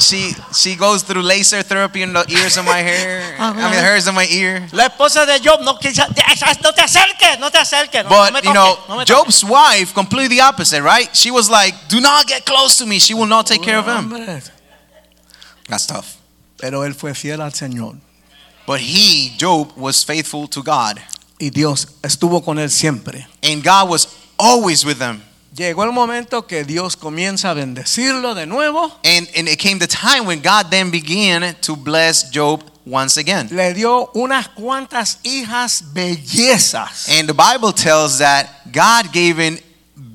Speaker 3: she she goes through laser therapy in the ears of my hair. I mean, the hairs of my ear.
Speaker 2: La esposa de Job no quizá- no te acerques, no te acerques. no- no me
Speaker 3: But you
Speaker 2: toques,
Speaker 3: know,
Speaker 2: no me toques.
Speaker 3: Job's wife completely the opposite, right? She was like, "Do not get close to me. She will not take care of him." That's tough.
Speaker 2: Pero él fue fiel al Señor
Speaker 3: But he, Job, was faithful to God,
Speaker 2: y Dios estuvo con él siempre.
Speaker 3: and God was always with him.
Speaker 2: Llegó el momento que Dios comienza a bendecirlo de nuevo.
Speaker 3: And and it came the time when God then began to bless Job once again.
Speaker 2: Le dio unas cuantas hijas bellezas.
Speaker 3: And the Bible tells that God gave him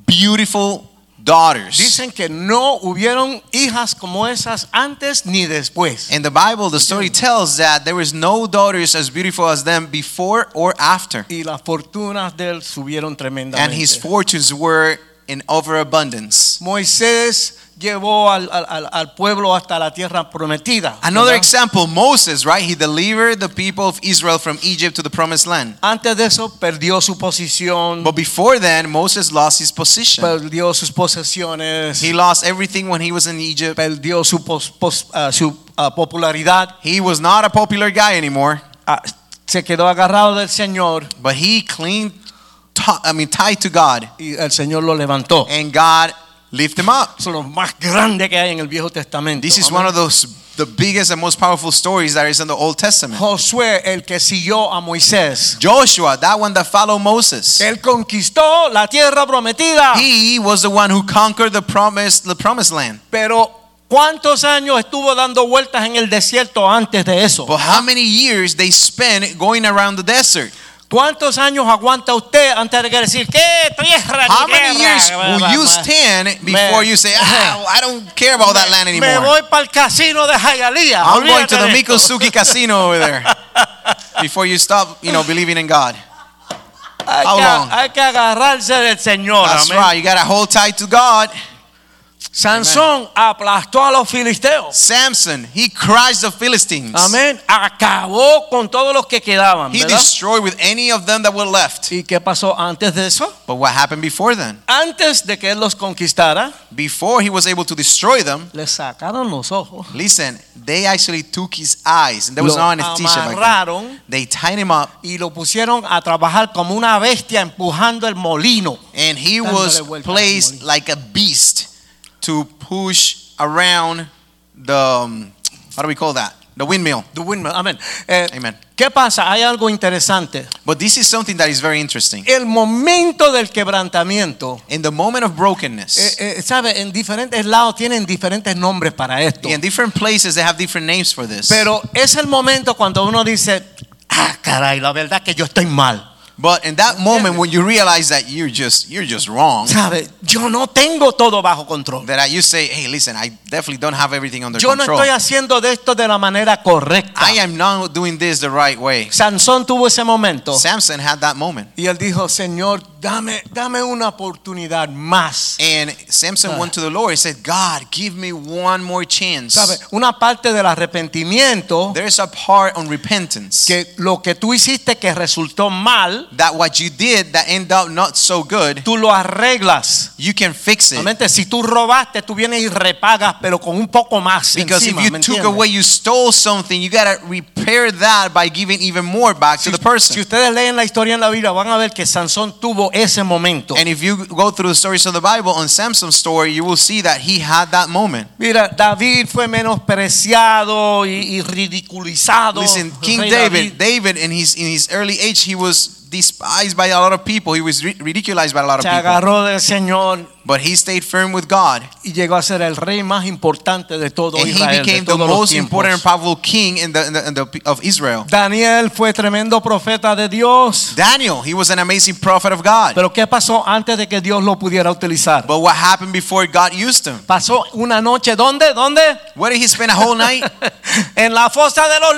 Speaker 3: beautiful daughters.
Speaker 2: Dicen que no hubieron hijas como esas antes ni después.
Speaker 3: In the Bible, the story tells that there was no daughters as beautiful as them before or after.
Speaker 2: Y las fortunas de él subieron tremendamente.
Speaker 3: and his fortunes were in overabundance.
Speaker 2: Moisés llevó al, al- al- al pueblo hasta la tierra prometida.
Speaker 3: Another
Speaker 2: ¿verdad?
Speaker 3: example, Moses, right? He delivered the people of Israel from Egypt to the promised land.
Speaker 2: Antes de eso perdió su posición,
Speaker 3: But before then, Moses lost his position.
Speaker 2: perdió sus posesiones,
Speaker 3: He lost everything when he was in Egypt.
Speaker 2: perdió su, pos- pos- ah, su, ah, popularidad,
Speaker 3: He was not a popular guy anymore,
Speaker 2: Ah, se quedó agarrado del Señor
Speaker 3: but he cleaned, t- I mean, tied to God,
Speaker 2: y el Señor lo levantó.
Speaker 3: and God Lift him up.
Speaker 2: Eso es lo más grande que hay en el Viejo Testamento.
Speaker 3: This is
Speaker 2: Amén.
Speaker 3: one of those the biggest and most powerful stories that is in the Old Testament.
Speaker 2: Josué, el que siguió a Moisés.
Speaker 3: Joshua, that one that followed Moses.
Speaker 2: Él conquistó la tierra prometida.
Speaker 3: He was the one who conquered the promised the promised land.
Speaker 2: Pero ¿cuántos años estuvo dando vueltas en el desierto antes de eso?
Speaker 3: But how many years they spent going around the desert?
Speaker 2: ¿Cuántos años aguanta usted antes de que decir qué tierra ni
Speaker 3: How many
Speaker 2: guerra"?
Speaker 3: years will you stand before you say, ah, I don't care about that land
Speaker 2: Me
Speaker 3: anymore?
Speaker 2: voy para el casino de Hialeah.
Speaker 3: I'm going
Speaker 2: Olvídate
Speaker 3: to the
Speaker 2: de esto.
Speaker 3: Mikosuki Casino over there before you stop, you know, believing in God.
Speaker 2: Hay
Speaker 3: How
Speaker 2: que,
Speaker 3: long?
Speaker 2: hay que agarrarse del Señor.
Speaker 3: That's
Speaker 2: amén.
Speaker 3: right. You gotta hold tight to God.
Speaker 2: Sansón aplastó a los filisteos.
Speaker 3: Samson, he crushed the Philistines.
Speaker 2: Amén. Acabó con todos los que quedaban.
Speaker 3: He
Speaker 2: ¿verdad?
Speaker 3: destroyed with any of them that were left.
Speaker 2: ¿Y qué pasó antes de eso?
Speaker 3: But what happened before then?
Speaker 2: Antes de que él los conquistara,
Speaker 3: Before he was able to destroy them,
Speaker 2: le sacaron los ojos.
Speaker 3: listen, they actually took his eyes, and there was
Speaker 2: Lo
Speaker 3: no este anesthesia back then.
Speaker 2: amarraron
Speaker 3: They tied him up,
Speaker 2: y lo pusieron a trabajar como una bestia empujando el molino.
Speaker 3: and he
Speaker 2: Dándole
Speaker 3: was
Speaker 2: vueltas al
Speaker 3: placed
Speaker 2: molino.
Speaker 3: like a beast to push around the um, how do we call that? The windmill.
Speaker 2: The windmill, Amén. Eh,
Speaker 3: Amen.
Speaker 2: ¿Qué pasa? Hay algo interesante.
Speaker 3: But this is something that is very interesting.
Speaker 2: El momento del quebrantamiento.
Speaker 3: In the moment of
Speaker 2: eh,
Speaker 3: brokenness,
Speaker 2: eh, sabe, en diferentes lados tienen diferentes nombres para esto.
Speaker 3: in different places they have different names for this.
Speaker 2: eh, Pero es el momento cuando uno dice, ah, caray, la verdad que yo estoy mal.
Speaker 3: But in that moment when you realize that you're just you're just wrong,
Speaker 2: ¿Sabe? Yo no tengo todo bajo control.
Speaker 3: that I, you say, "Hey, listen, I definitely don't have everything under
Speaker 2: Yo no
Speaker 3: control.
Speaker 2: estoy haciendo de esto de la manera correcta.
Speaker 3: I am not doing this the right way."
Speaker 2: Sansón tuvo ese momento.
Speaker 3: Samson had that moment,
Speaker 2: Y él dijo, Señor, dame, dame una oportunidad más.
Speaker 3: and Samson went to the Lord and said, "God, give me one more chance."
Speaker 2: ¿Sabe? Una parte del arrepentimiento,
Speaker 3: There's a part on repentance
Speaker 2: que lo que tú hiciste que resultó mal,
Speaker 3: that what you did that ended up not so good,
Speaker 2: tú lo arreglas.
Speaker 3: you can fix it.
Speaker 2: Realmente, si tú robaste, tú vienes y repagas, pero con un poco más.
Speaker 3: Because
Speaker 2: encima,
Speaker 3: if you
Speaker 2: ¿me
Speaker 3: took
Speaker 2: entiendes?
Speaker 3: away, you stole something, you gotta repair that by giving even more back to the
Speaker 2: Si
Speaker 3: person.
Speaker 2: ustedes leen la historia en la Biblia, van a ver que Sansón tuvo ese momento.
Speaker 3: And if you go through the stories of the Bible on Samson's story, you will see that he had that moment.
Speaker 2: Mira, David fue menospreciado y, y ridiculizado.
Speaker 3: Listen, King
Speaker 2: Rey
Speaker 3: David, David in his in his early age, he was despised by a lot of people. He was ri- ridiculized by a lot of
Speaker 2: se
Speaker 3: people.
Speaker 2: agarró del Señor
Speaker 3: But he stayed firm with God,
Speaker 2: y llegó a ser el rey más importante de todo
Speaker 3: and
Speaker 2: Israel.
Speaker 3: he
Speaker 2: de
Speaker 3: became the
Speaker 2: todos los
Speaker 3: most
Speaker 2: tiempos.
Speaker 3: important and powerful king in the, in the, in the of Israel.
Speaker 2: Daniel fue tremendo profeta de Dios.
Speaker 3: Daniel, he was an amazing prophet of God.
Speaker 2: Pero ¿qué pasó antes de que Dios lo pudiera utilizar?
Speaker 3: But what happened before God used him?
Speaker 2: Pasó una noche, ¿dónde? ¿Dónde?
Speaker 3: Where did he spend a whole night?
Speaker 2: en la fosa de los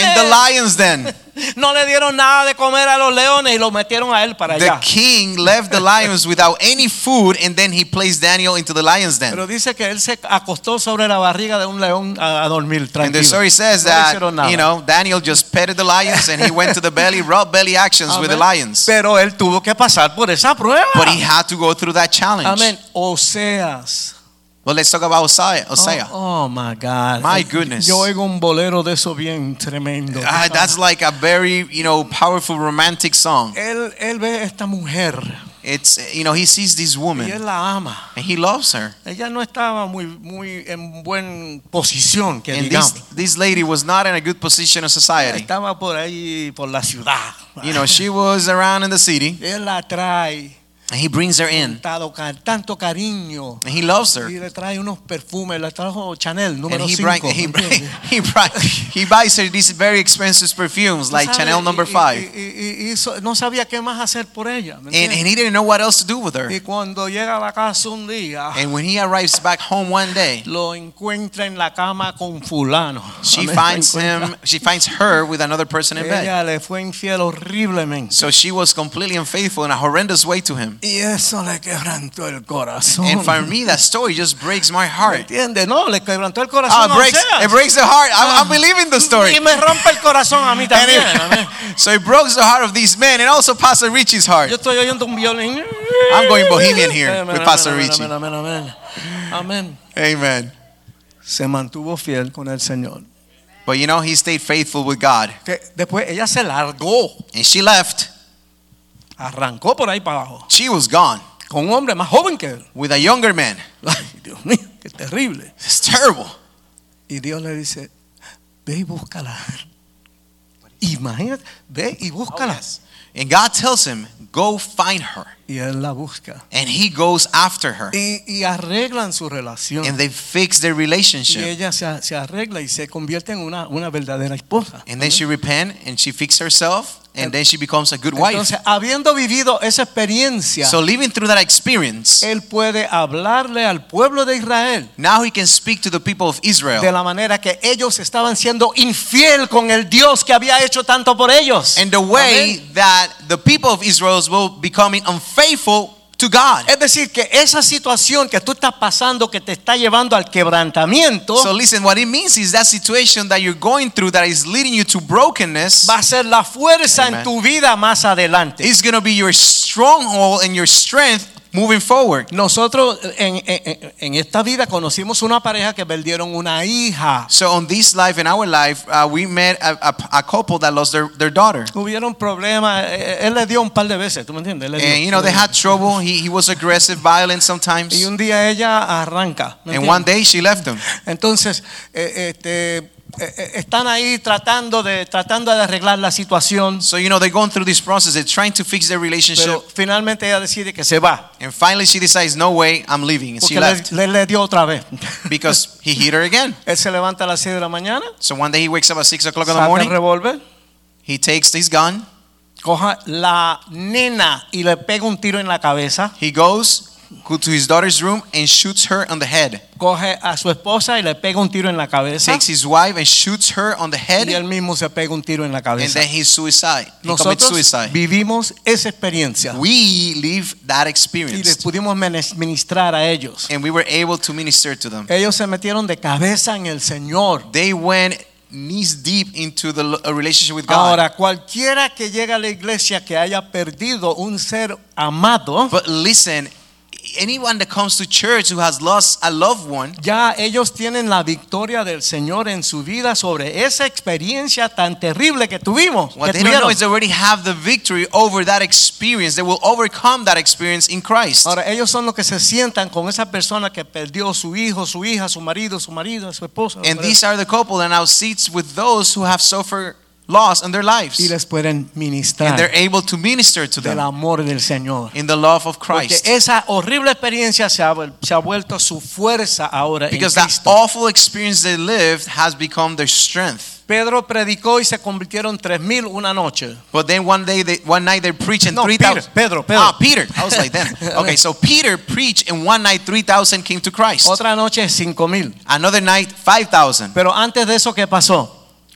Speaker 3: In the
Speaker 2: leones.
Speaker 3: lions den.
Speaker 2: No le dieron nada de comer a los leones y lo metieron a él para
Speaker 3: The
Speaker 2: allá.
Speaker 3: king left the lions without any food, and then he placed Daniel into the lions
Speaker 2: Pero
Speaker 3: den.
Speaker 2: dice que él se acostó sobre la barriga de un león a, a dormir
Speaker 3: And
Speaker 2: tranquilo.
Speaker 3: the story says
Speaker 2: No le
Speaker 3: that
Speaker 2: hicieron nada.
Speaker 3: you know Daniel just petted the lions, and he went to the belly, rub belly actions with the
Speaker 2: Amén.
Speaker 3: lions.
Speaker 2: Pero él tuvo que pasar por esa prueba.
Speaker 3: But he had to go through that challenge.
Speaker 2: Amén. Oseas.
Speaker 3: Well, let's talk about Hosea. Hosea.
Speaker 2: Oh, oh, my God.
Speaker 3: My goodness.
Speaker 2: Yo oigo un bolero de eso bien tremendo.
Speaker 3: Ah, that's like a very you know powerful romantic song.
Speaker 2: él, él ve a esta mujer
Speaker 3: It's you know he sees
Speaker 2: y
Speaker 3: this
Speaker 2: él
Speaker 3: woman
Speaker 2: la ama.
Speaker 3: and he loves her.
Speaker 2: Ella no estaba muy, muy en buena posición, que
Speaker 3: And this
Speaker 2: digamos.
Speaker 3: this lady was not in a good position in society.
Speaker 2: Estaba por ahí, por la ciudad.
Speaker 3: You know she was around in the city,
Speaker 2: él la trae,
Speaker 3: and he brings her in,
Speaker 2: dado ca- tanto cariño.
Speaker 3: and he loves her.
Speaker 2: Y le trae unos perfumes, le trajo Chanel
Speaker 3: And
Speaker 2: número
Speaker 3: he bring,
Speaker 2: 5.
Speaker 3: he, bring, he, bring, he buys her these very expensive perfumes like Chanel number
Speaker 2: Y,
Speaker 3: five,
Speaker 2: y- y hizo- no sabía qué más hacer por ella. ¿me
Speaker 3: and, and
Speaker 2: entiendes?
Speaker 3: he didn't know what else to do with her.
Speaker 2: y cuando llega a la casa un día,
Speaker 3: And when he arrives back home one day,
Speaker 2: lo encuentra en la cama con fulano.
Speaker 3: she
Speaker 2: Amén.
Speaker 3: finds
Speaker 2: Lo encuentra.
Speaker 3: him she finds her with another person in bed
Speaker 2: Ella le fue infiel horriblemente.
Speaker 3: so she was completely unfaithful in a horrendous way to him
Speaker 2: Y eso le quebrantó el corazón.
Speaker 3: and for me that story just breaks my
Speaker 2: ¿Me
Speaker 3: heart
Speaker 2: entiende? No, le quebrantó el corazón.
Speaker 3: oh, it,
Speaker 2: a
Speaker 3: breaks,
Speaker 2: Oseas.
Speaker 3: it breaks the heart I'm, I'm believing the story
Speaker 2: Y me rompe el corazón a mí
Speaker 3: And
Speaker 2: también. amén.
Speaker 3: it- so it broke the heart of these men and also Pastor Richie's heart
Speaker 2: Yo estoy oyendo un violín.
Speaker 3: I'm going Bohemian here
Speaker 2: Amén,
Speaker 3: with
Speaker 2: amén,
Speaker 3: Pastor
Speaker 2: amén,
Speaker 3: Richie.
Speaker 2: Amén, amén, amén. Amén.
Speaker 3: amen
Speaker 2: Se mantuvo fiel con el Señor.
Speaker 3: but you know he stayed faithful with God
Speaker 2: Que después ella se largó,
Speaker 3: and she left
Speaker 2: arrancó por ahí para abajo.
Speaker 3: she was gone
Speaker 2: con un hombre más joven que él.
Speaker 3: with a younger man.
Speaker 2: Ay, Dios mío, qué terrible.
Speaker 3: It's terrible.
Speaker 2: Y Dios le dice, ve y búscala. Imagínate, ve y búscala.
Speaker 3: And God tells him, Go find her.
Speaker 2: Y él la busca.
Speaker 3: And he goes after her.
Speaker 2: Y, y arreglan su relación.
Speaker 3: And they fix their
Speaker 2: Y
Speaker 3: relationship.
Speaker 2: ella se, se arregla y se convierte en una, una verdadera esposa.
Speaker 3: And then she repent and she fixes herself. And then she becomes a good wife.
Speaker 2: Entonces, habiendo vivido esa experiencia,
Speaker 3: So, living through that experience,
Speaker 2: él puede hablarle al pueblo de Israel
Speaker 3: now he can speak to the people of
Speaker 2: de
Speaker 3: Israel.
Speaker 2: la manera que ellos estaban siendo infiel con el Dios que había hecho tanto por ellos.
Speaker 3: And the way
Speaker 2: Amén.
Speaker 3: that the people of Israel will becoming unfaithful to God.
Speaker 2: es decir, que esa situación que tú estás pasando que te está llevando al quebrantamiento
Speaker 3: So, listen, what it means is that situation that you're going through that is leading you to brokenness
Speaker 2: va a ser la fuerza en
Speaker 3: Amen.
Speaker 2: tu vida más adelante.
Speaker 3: is going to be your stronghold and your strength moving forward.
Speaker 2: Nosotros en, en- en esta vida conocimos una pareja que perdieron una hija.
Speaker 3: So on this life, in our life, uh, we met a, a, a couple that lost their, their daughter.
Speaker 2: Hubieron problemas, eh, él le dio un par de veces, ¿tú me entiendes? Él le dio-
Speaker 3: And you know, they had trouble. He, he was aggressive, violent sometimes.
Speaker 2: Y un día ella arranca. ¿me
Speaker 3: And
Speaker 2: entiendes?
Speaker 3: one day she left him.
Speaker 2: Entonces, eh, este, eh, eh, están ahí tratando de, tratando de arreglar la situación,
Speaker 3: So you know, they're going through this process. They're trying to fix their relationship.
Speaker 2: pero finalmente ella decide que se va,
Speaker 3: And finally she decides, no way, I'm leaving. And she
Speaker 2: porque le,
Speaker 3: left
Speaker 2: le- le dio otra vez.
Speaker 3: because he hit her again.
Speaker 2: Él se levanta a las 6 de la mañana,
Speaker 3: So one day he wakes up at 6 o'clock in the
Speaker 2: saca el
Speaker 3: morning.
Speaker 2: revólver,
Speaker 3: He takes his gun.
Speaker 2: coja la nena y le pega un tiro en la cabeza,
Speaker 3: He goes go to his daughter's room and shoots her on the head.
Speaker 2: coge a su esposa y le pega un tiro en la cabeza,
Speaker 3: Takes his wife and shoots her on the head.
Speaker 2: y él mismo se pega un tiro en la
Speaker 3: And
Speaker 2: cabeza.
Speaker 3: then he's suicide. He commits
Speaker 2: Nosotros
Speaker 3: suicide.
Speaker 2: vivimos esa experiencia
Speaker 3: we live that
Speaker 2: y les
Speaker 3: experience
Speaker 2: pudimos menes- ministrar a ellos.
Speaker 3: and we were able to minister to them
Speaker 2: Ellos se metieron de cabeza en el Señor.
Speaker 3: they went knees deep into the a relationship with god
Speaker 2: Ahora, cualquiera que llega a la iglesia que haya perdido un ser amado,
Speaker 3: but listen anyone that comes to church who has lost a loved one
Speaker 2: ya ellos tienen la victoria del Señor en su vida sobre esa experiencia tan terrible que tuvimos.
Speaker 3: what
Speaker 2: que
Speaker 3: they don't know
Speaker 2: tuvieron.
Speaker 3: is they already have the victory over that experience they will overcome that experience in christ
Speaker 2: Ahora, ellos son los que se sientan con esa persona que perdió su hijo, su hija, su marido, su marido, su esposa.
Speaker 3: and
Speaker 2: whatever.
Speaker 3: these are the couple that now sits with those who have suffered loss in their
Speaker 2: y
Speaker 3: lives
Speaker 2: les pueden
Speaker 3: and they're
Speaker 2: ministrar
Speaker 3: able to minister to
Speaker 2: del
Speaker 3: them
Speaker 2: amor del Señor.
Speaker 3: in the love of
Speaker 2: Porque
Speaker 3: christ
Speaker 2: esa horrible experiencia se ha, vuel- se ha vuelto su fuerza ahora en
Speaker 3: because that
Speaker 2: Cristo.
Speaker 3: awful experience they lived has become their strength
Speaker 2: Pedro predicó y se convirtieron tres mil una noche.
Speaker 3: But then one day, they, one night they're preaching
Speaker 2: No,
Speaker 3: three thousand.
Speaker 2: Pedro, Pedro, Pedro.
Speaker 3: Ah, Peter. I was like, then. Okay, so Peter preached, and one night three thousand came to Christ.
Speaker 2: Otra noche cinco mil.
Speaker 3: Another night five thousand.
Speaker 2: Pero antes de eso, ¿qué pasó?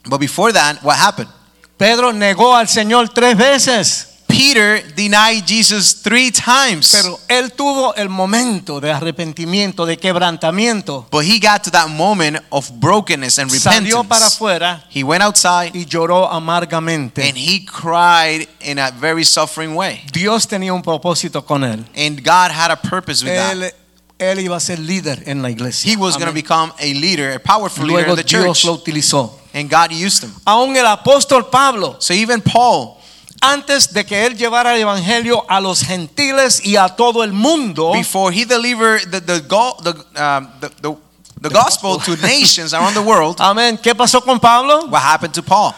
Speaker 3: But before that, what happened?
Speaker 2: Pedro negó al Señor tres veces.
Speaker 3: Peter denied Jesus three times.
Speaker 2: Pero él tuvo el momento de arrepentimiento, de quebrantamiento.
Speaker 3: but he got to that moment of brokenness and
Speaker 2: Salió para
Speaker 3: repentance.
Speaker 2: afuera
Speaker 3: He went outside
Speaker 2: y lloró amargamente.
Speaker 3: and he cried in a very suffering way.
Speaker 2: Dios tenía un propósito con él.
Speaker 3: And God had a purpose with that.
Speaker 2: Él, él iba a ser líder en la iglesia.
Speaker 3: He was going to
Speaker 2: Amén.
Speaker 3: become a leader, a powerful leader
Speaker 2: Luego
Speaker 3: in the
Speaker 2: Dios
Speaker 3: church.
Speaker 2: lo utilizó.
Speaker 3: And God used him.
Speaker 2: Aún el apóstol Pablo
Speaker 3: So even Paul,
Speaker 2: antes de que él llevara el evangelio a los gentiles y a todo el mundo,
Speaker 3: before he delivered the the go- the, um, the, the, the gospel to nations around the world,
Speaker 2: amén. ¿Qué pasó con Pablo?
Speaker 3: what happened to Paul?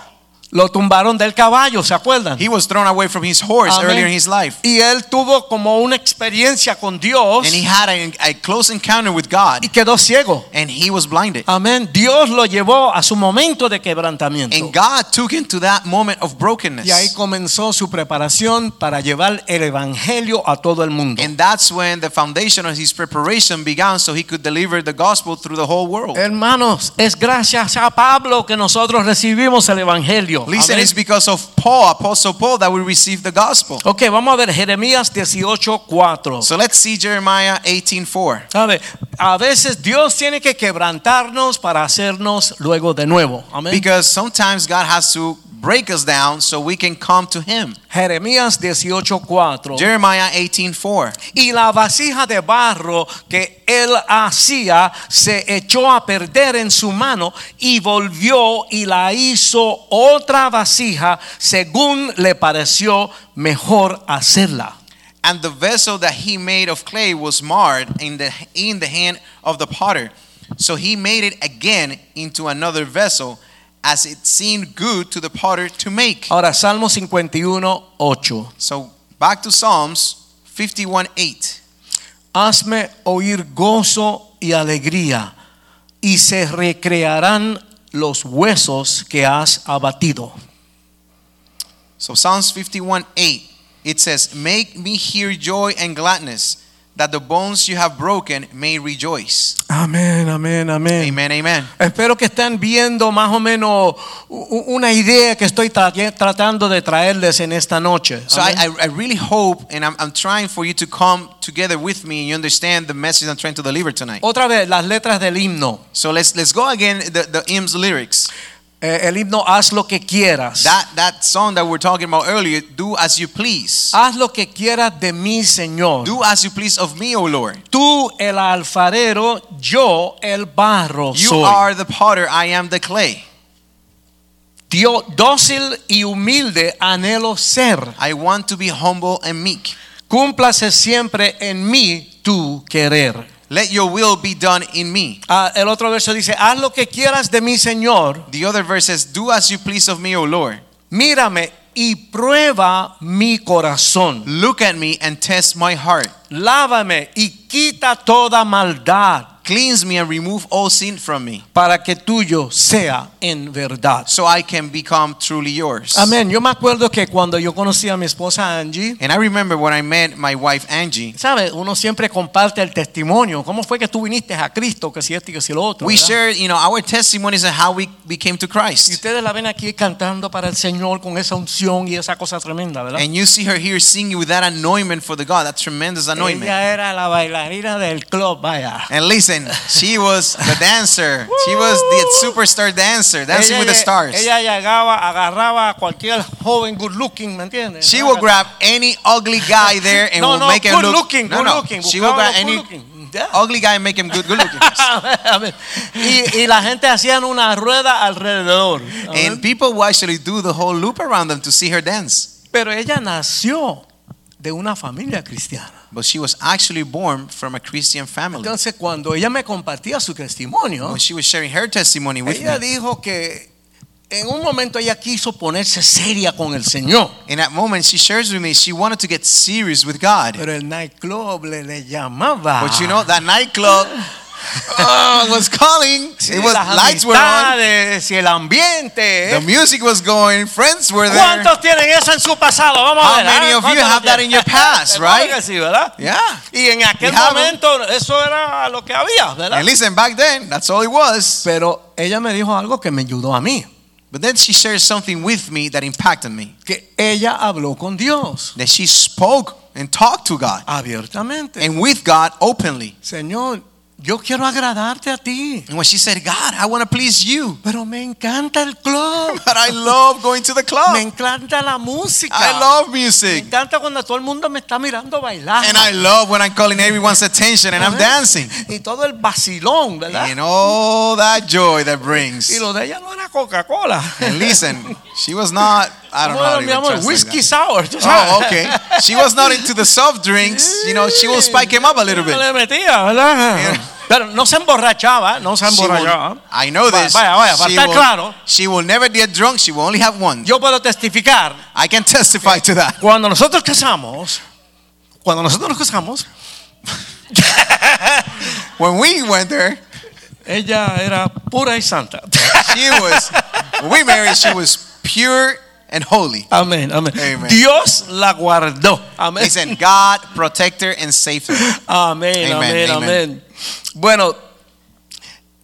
Speaker 2: Lo tumbaron del caballo, ¿se acuerdan?
Speaker 3: He was thrown away from his horse
Speaker 2: Amén.
Speaker 3: earlier in his life,
Speaker 2: Y él tuvo como una experiencia con Dios
Speaker 3: and he had a, a close encounter with God,
Speaker 2: y quedó ciego.
Speaker 3: and he was blinded.
Speaker 2: Amén. Dios lo llevó a su momento de
Speaker 3: And
Speaker 2: quebrantamiento.
Speaker 3: God took him to that moment of
Speaker 2: Y ahí
Speaker 3: brokenness,
Speaker 2: comenzó su preparación para llevar el evangelio a todo el mundo.
Speaker 3: and that's when the foundation of his preparation began, so he could deliver the gospel through the whole world.
Speaker 2: Hermanos, es gracias a Pablo que nosotros recibimos el evangelio.
Speaker 3: Listen,
Speaker 2: Amén.
Speaker 3: it's because of Paul, Apostle Paul, that we receive the gospel.
Speaker 2: Ok, vamos a ver Jeremías 18:4.
Speaker 3: So let's see Jeremiah 18:4.
Speaker 2: ¿Sabe? A veces Dios tiene que quebrantarnos para hacernos luego de nuevo. Amén.
Speaker 3: Because sometimes God has to break us down so we can come to Him.
Speaker 2: Jeremías 18:4.
Speaker 3: Jeremiah 18:4.
Speaker 2: Y la vasija de barro que él hacía se echó a perder en su mano y volvió y la hizo otra vasija según le pareció mejor hacerla.
Speaker 3: And the vessel that he made of clay was marred in the in the hand of the potter. So he made it again into another vessel, as it seemed good to the potter to make.
Speaker 2: Ahora, Salmo 51, 8.
Speaker 3: So back to Psalms 51 8.
Speaker 2: Hazme oír gozo y alegría, y se recrearán los huesos que has abatido.
Speaker 3: So Psalms 51 8, it says, Make me hear joy and gladness, that the bones you have broken may rejoice.
Speaker 2: Amén, amén, amén.
Speaker 3: Amen, amen.
Speaker 2: Espero que estén viendo más o menos u- u- una idea que estoy tra- tratando de traerles en esta noche.
Speaker 3: So I, I, I really hope, and I'm, I'm trying for you to come together with me and you understand the message I'm trying to deliver tonight.
Speaker 2: Otra vez, las letras del himno.
Speaker 3: So let's let's go again the, the hymns lyrics.
Speaker 2: Eh, el himno haz lo que quieras.
Speaker 3: That that song that we we're talking about earlier, do as you please.
Speaker 2: haz lo que quieras de mí, Señor.
Speaker 3: Do as you please of me, O Lord.
Speaker 2: Tú el alfarero, yo el barro
Speaker 3: You
Speaker 2: soy.
Speaker 3: are the potter, I am the clay.
Speaker 2: Dios dócil y humilde anhelo ser.
Speaker 3: I want to be humble and meek.
Speaker 2: Cúmplase siempre en mí tu querer.
Speaker 3: Let your will be done in me.
Speaker 2: Ah, el otro verso dice, haz lo que quieras de mí, Señor.
Speaker 3: The other verse says, Do as you please of me, O Lord.
Speaker 2: Mírame y prueba mi corazón.
Speaker 3: Look at me and test my heart.
Speaker 2: Lávame y quita toda maldad
Speaker 3: Cleanse me and remove all sin from me,
Speaker 2: para que tuyo sea en verdad.
Speaker 3: so I can become truly yours.
Speaker 2: Amén. Yo me acuerdo que cuando yo conocí a mi esposa Angie,
Speaker 3: And I remember when I met my wife Angie,
Speaker 2: ¿sabe? Uno siempre comparte el testimonio. ¿Cómo fue que tú viniste a Cristo? Que si esto y que si lo otro.
Speaker 3: we
Speaker 2: ¿verdad?
Speaker 3: shared, you know, our testimonies and how we, we came to
Speaker 2: Y
Speaker 3: Christ.
Speaker 2: ustedes la ven aquí cantando para el Señor con esa unción y esa cosa tremenda, ¿verdad?
Speaker 3: And you see her here singing with that anointment for the God, that tremendous anointment.
Speaker 2: Ella era la bailarina del club, vaya.
Speaker 3: And listen, she was the dancer. She was the superstar dancer, dancing
Speaker 2: ella,
Speaker 3: with the
Speaker 2: lle-
Speaker 3: stars.
Speaker 2: ella llegaba, agarraba a cualquier joven good looking, ¿me entiendes?
Speaker 3: She will grab any ugly guy there and
Speaker 2: no,
Speaker 3: will
Speaker 2: no,
Speaker 3: make him
Speaker 2: good
Speaker 3: look
Speaker 2: looking,
Speaker 3: no,
Speaker 2: good
Speaker 3: no.
Speaker 2: looking.
Speaker 3: She will
Speaker 2: buscaba
Speaker 3: grab
Speaker 2: los good
Speaker 3: any Oh.
Speaker 2: looking. Yeah.
Speaker 3: ugly guy and make him good good looking.
Speaker 2: Uh-huh. Amén. y, y la gente hacían una rueda alrededor. Amén.
Speaker 3: and people will actually do the whole loop around them to see her dance.
Speaker 2: Ah. Pero ella nació de una familia cristiana.
Speaker 3: But she was actually born from a Christian family.
Speaker 2: Entonces, cuando ella me compartía su testimonio,
Speaker 3: When she was sharing her testimony with
Speaker 2: ella
Speaker 3: me,
Speaker 2: dijo que en un momento ella quiso ponerse seria con el Señor.
Speaker 3: in that moment she shares with me she wanted to get serious with God.
Speaker 2: Pero el nightclub le, le llamaba.
Speaker 3: But Pues, you know that nightclub uh, was calling.
Speaker 2: Sí,
Speaker 3: It was
Speaker 2: las
Speaker 3: lights were on.
Speaker 2: amistades y el ambiente. ¿eh?
Speaker 3: The music was going. Friends were there.
Speaker 2: ¿Cuántos tienen eso en su pasado? Vamos
Speaker 3: How
Speaker 2: a ver.
Speaker 3: many
Speaker 2: ¿ah?
Speaker 3: of you
Speaker 2: ¿Cuántos
Speaker 3: have
Speaker 2: lo
Speaker 3: that
Speaker 2: tienen?
Speaker 3: in your past,
Speaker 2: Claro
Speaker 3: right?
Speaker 2: que sí, ¿verdad?
Speaker 3: Yeah.
Speaker 2: Y en aquel
Speaker 3: You have
Speaker 2: momento eso era lo que había, ¿verdad?
Speaker 3: And listen, back then, that's all it was.
Speaker 2: Pero ella me dijo algo que me ayudó a mí,
Speaker 3: But then she shared something with me that impacted me.
Speaker 2: que ella habló con Dios
Speaker 3: That she spoke and talked to God
Speaker 2: abiertamente.
Speaker 3: and with God openly.
Speaker 2: Señor, yo quiero agradarte a ti,
Speaker 3: And when she said, God, I want to please you,
Speaker 2: pero me encanta el club,
Speaker 3: but I love going to the
Speaker 2: me
Speaker 3: club.
Speaker 2: encanta la música,
Speaker 3: I love
Speaker 2: me
Speaker 3: music.
Speaker 2: encanta cuando todo el mundo me está mirando bailar
Speaker 3: And I love when I'm calling everyone's attention and I'm
Speaker 2: Amén.
Speaker 3: dancing.
Speaker 2: y todo el vacilón, ¿verdad?
Speaker 3: And all that joy that brings.
Speaker 2: Y lo de ella no era Coca-Cola.
Speaker 3: And listen, she was not, I don't know
Speaker 2: Bueno,
Speaker 3: how to
Speaker 2: mi
Speaker 3: even
Speaker 2: amor,
Speaker 3: translate
Speaker 2: whiskey
Speaker 3: that.
Speaker 2: sour. tú
Speaker 3: Oh,
Speaker 2: sabes.
Speaker 3: okay. She was not into the soft drinks. You know, she will spike him up a little
Speaker 2: No
Speaker 3: bit.
Speaker 2: le metía, ¿verdad?
Speaker 3: Yeah.
Speaker 2: Pero no se emborrachaba, no se
Speaker 3: She will-
Speaker 2: emborrachaba.
Speaker 3: I know
Speaker 2: Va-
Speaker 3: this.
Speaker 2: Vaya, vaya, para
Speaker 3: she,
Speaker 2: estar
Speaker 3: will,
Speaker 2: claro,
Speaker 3: she will never get drunk. She will only have one.
Speaker 2: yo puedo testificar,
Speaker 3: I can testify to that.
Speaker 2: cuando nosotros casamos, cuando nosotros nos casamos,
Speaker 3: When we went there,
Speaker 2: ella era pura y santa.
Speaker 3: she was, when we married, she was pure and holy.
Speaker 2: Amén, amén.
Speaker 3: Amen.
Speaker 2: Dios la guardó. Amén.
Speaker 3: Listen, God protect her and save her.
Speaker 2: Amén,
Speaker 3: Amen,
Speaker 2: amén,
Speaker 3: amen.
Speaker 2: amén. Bueno,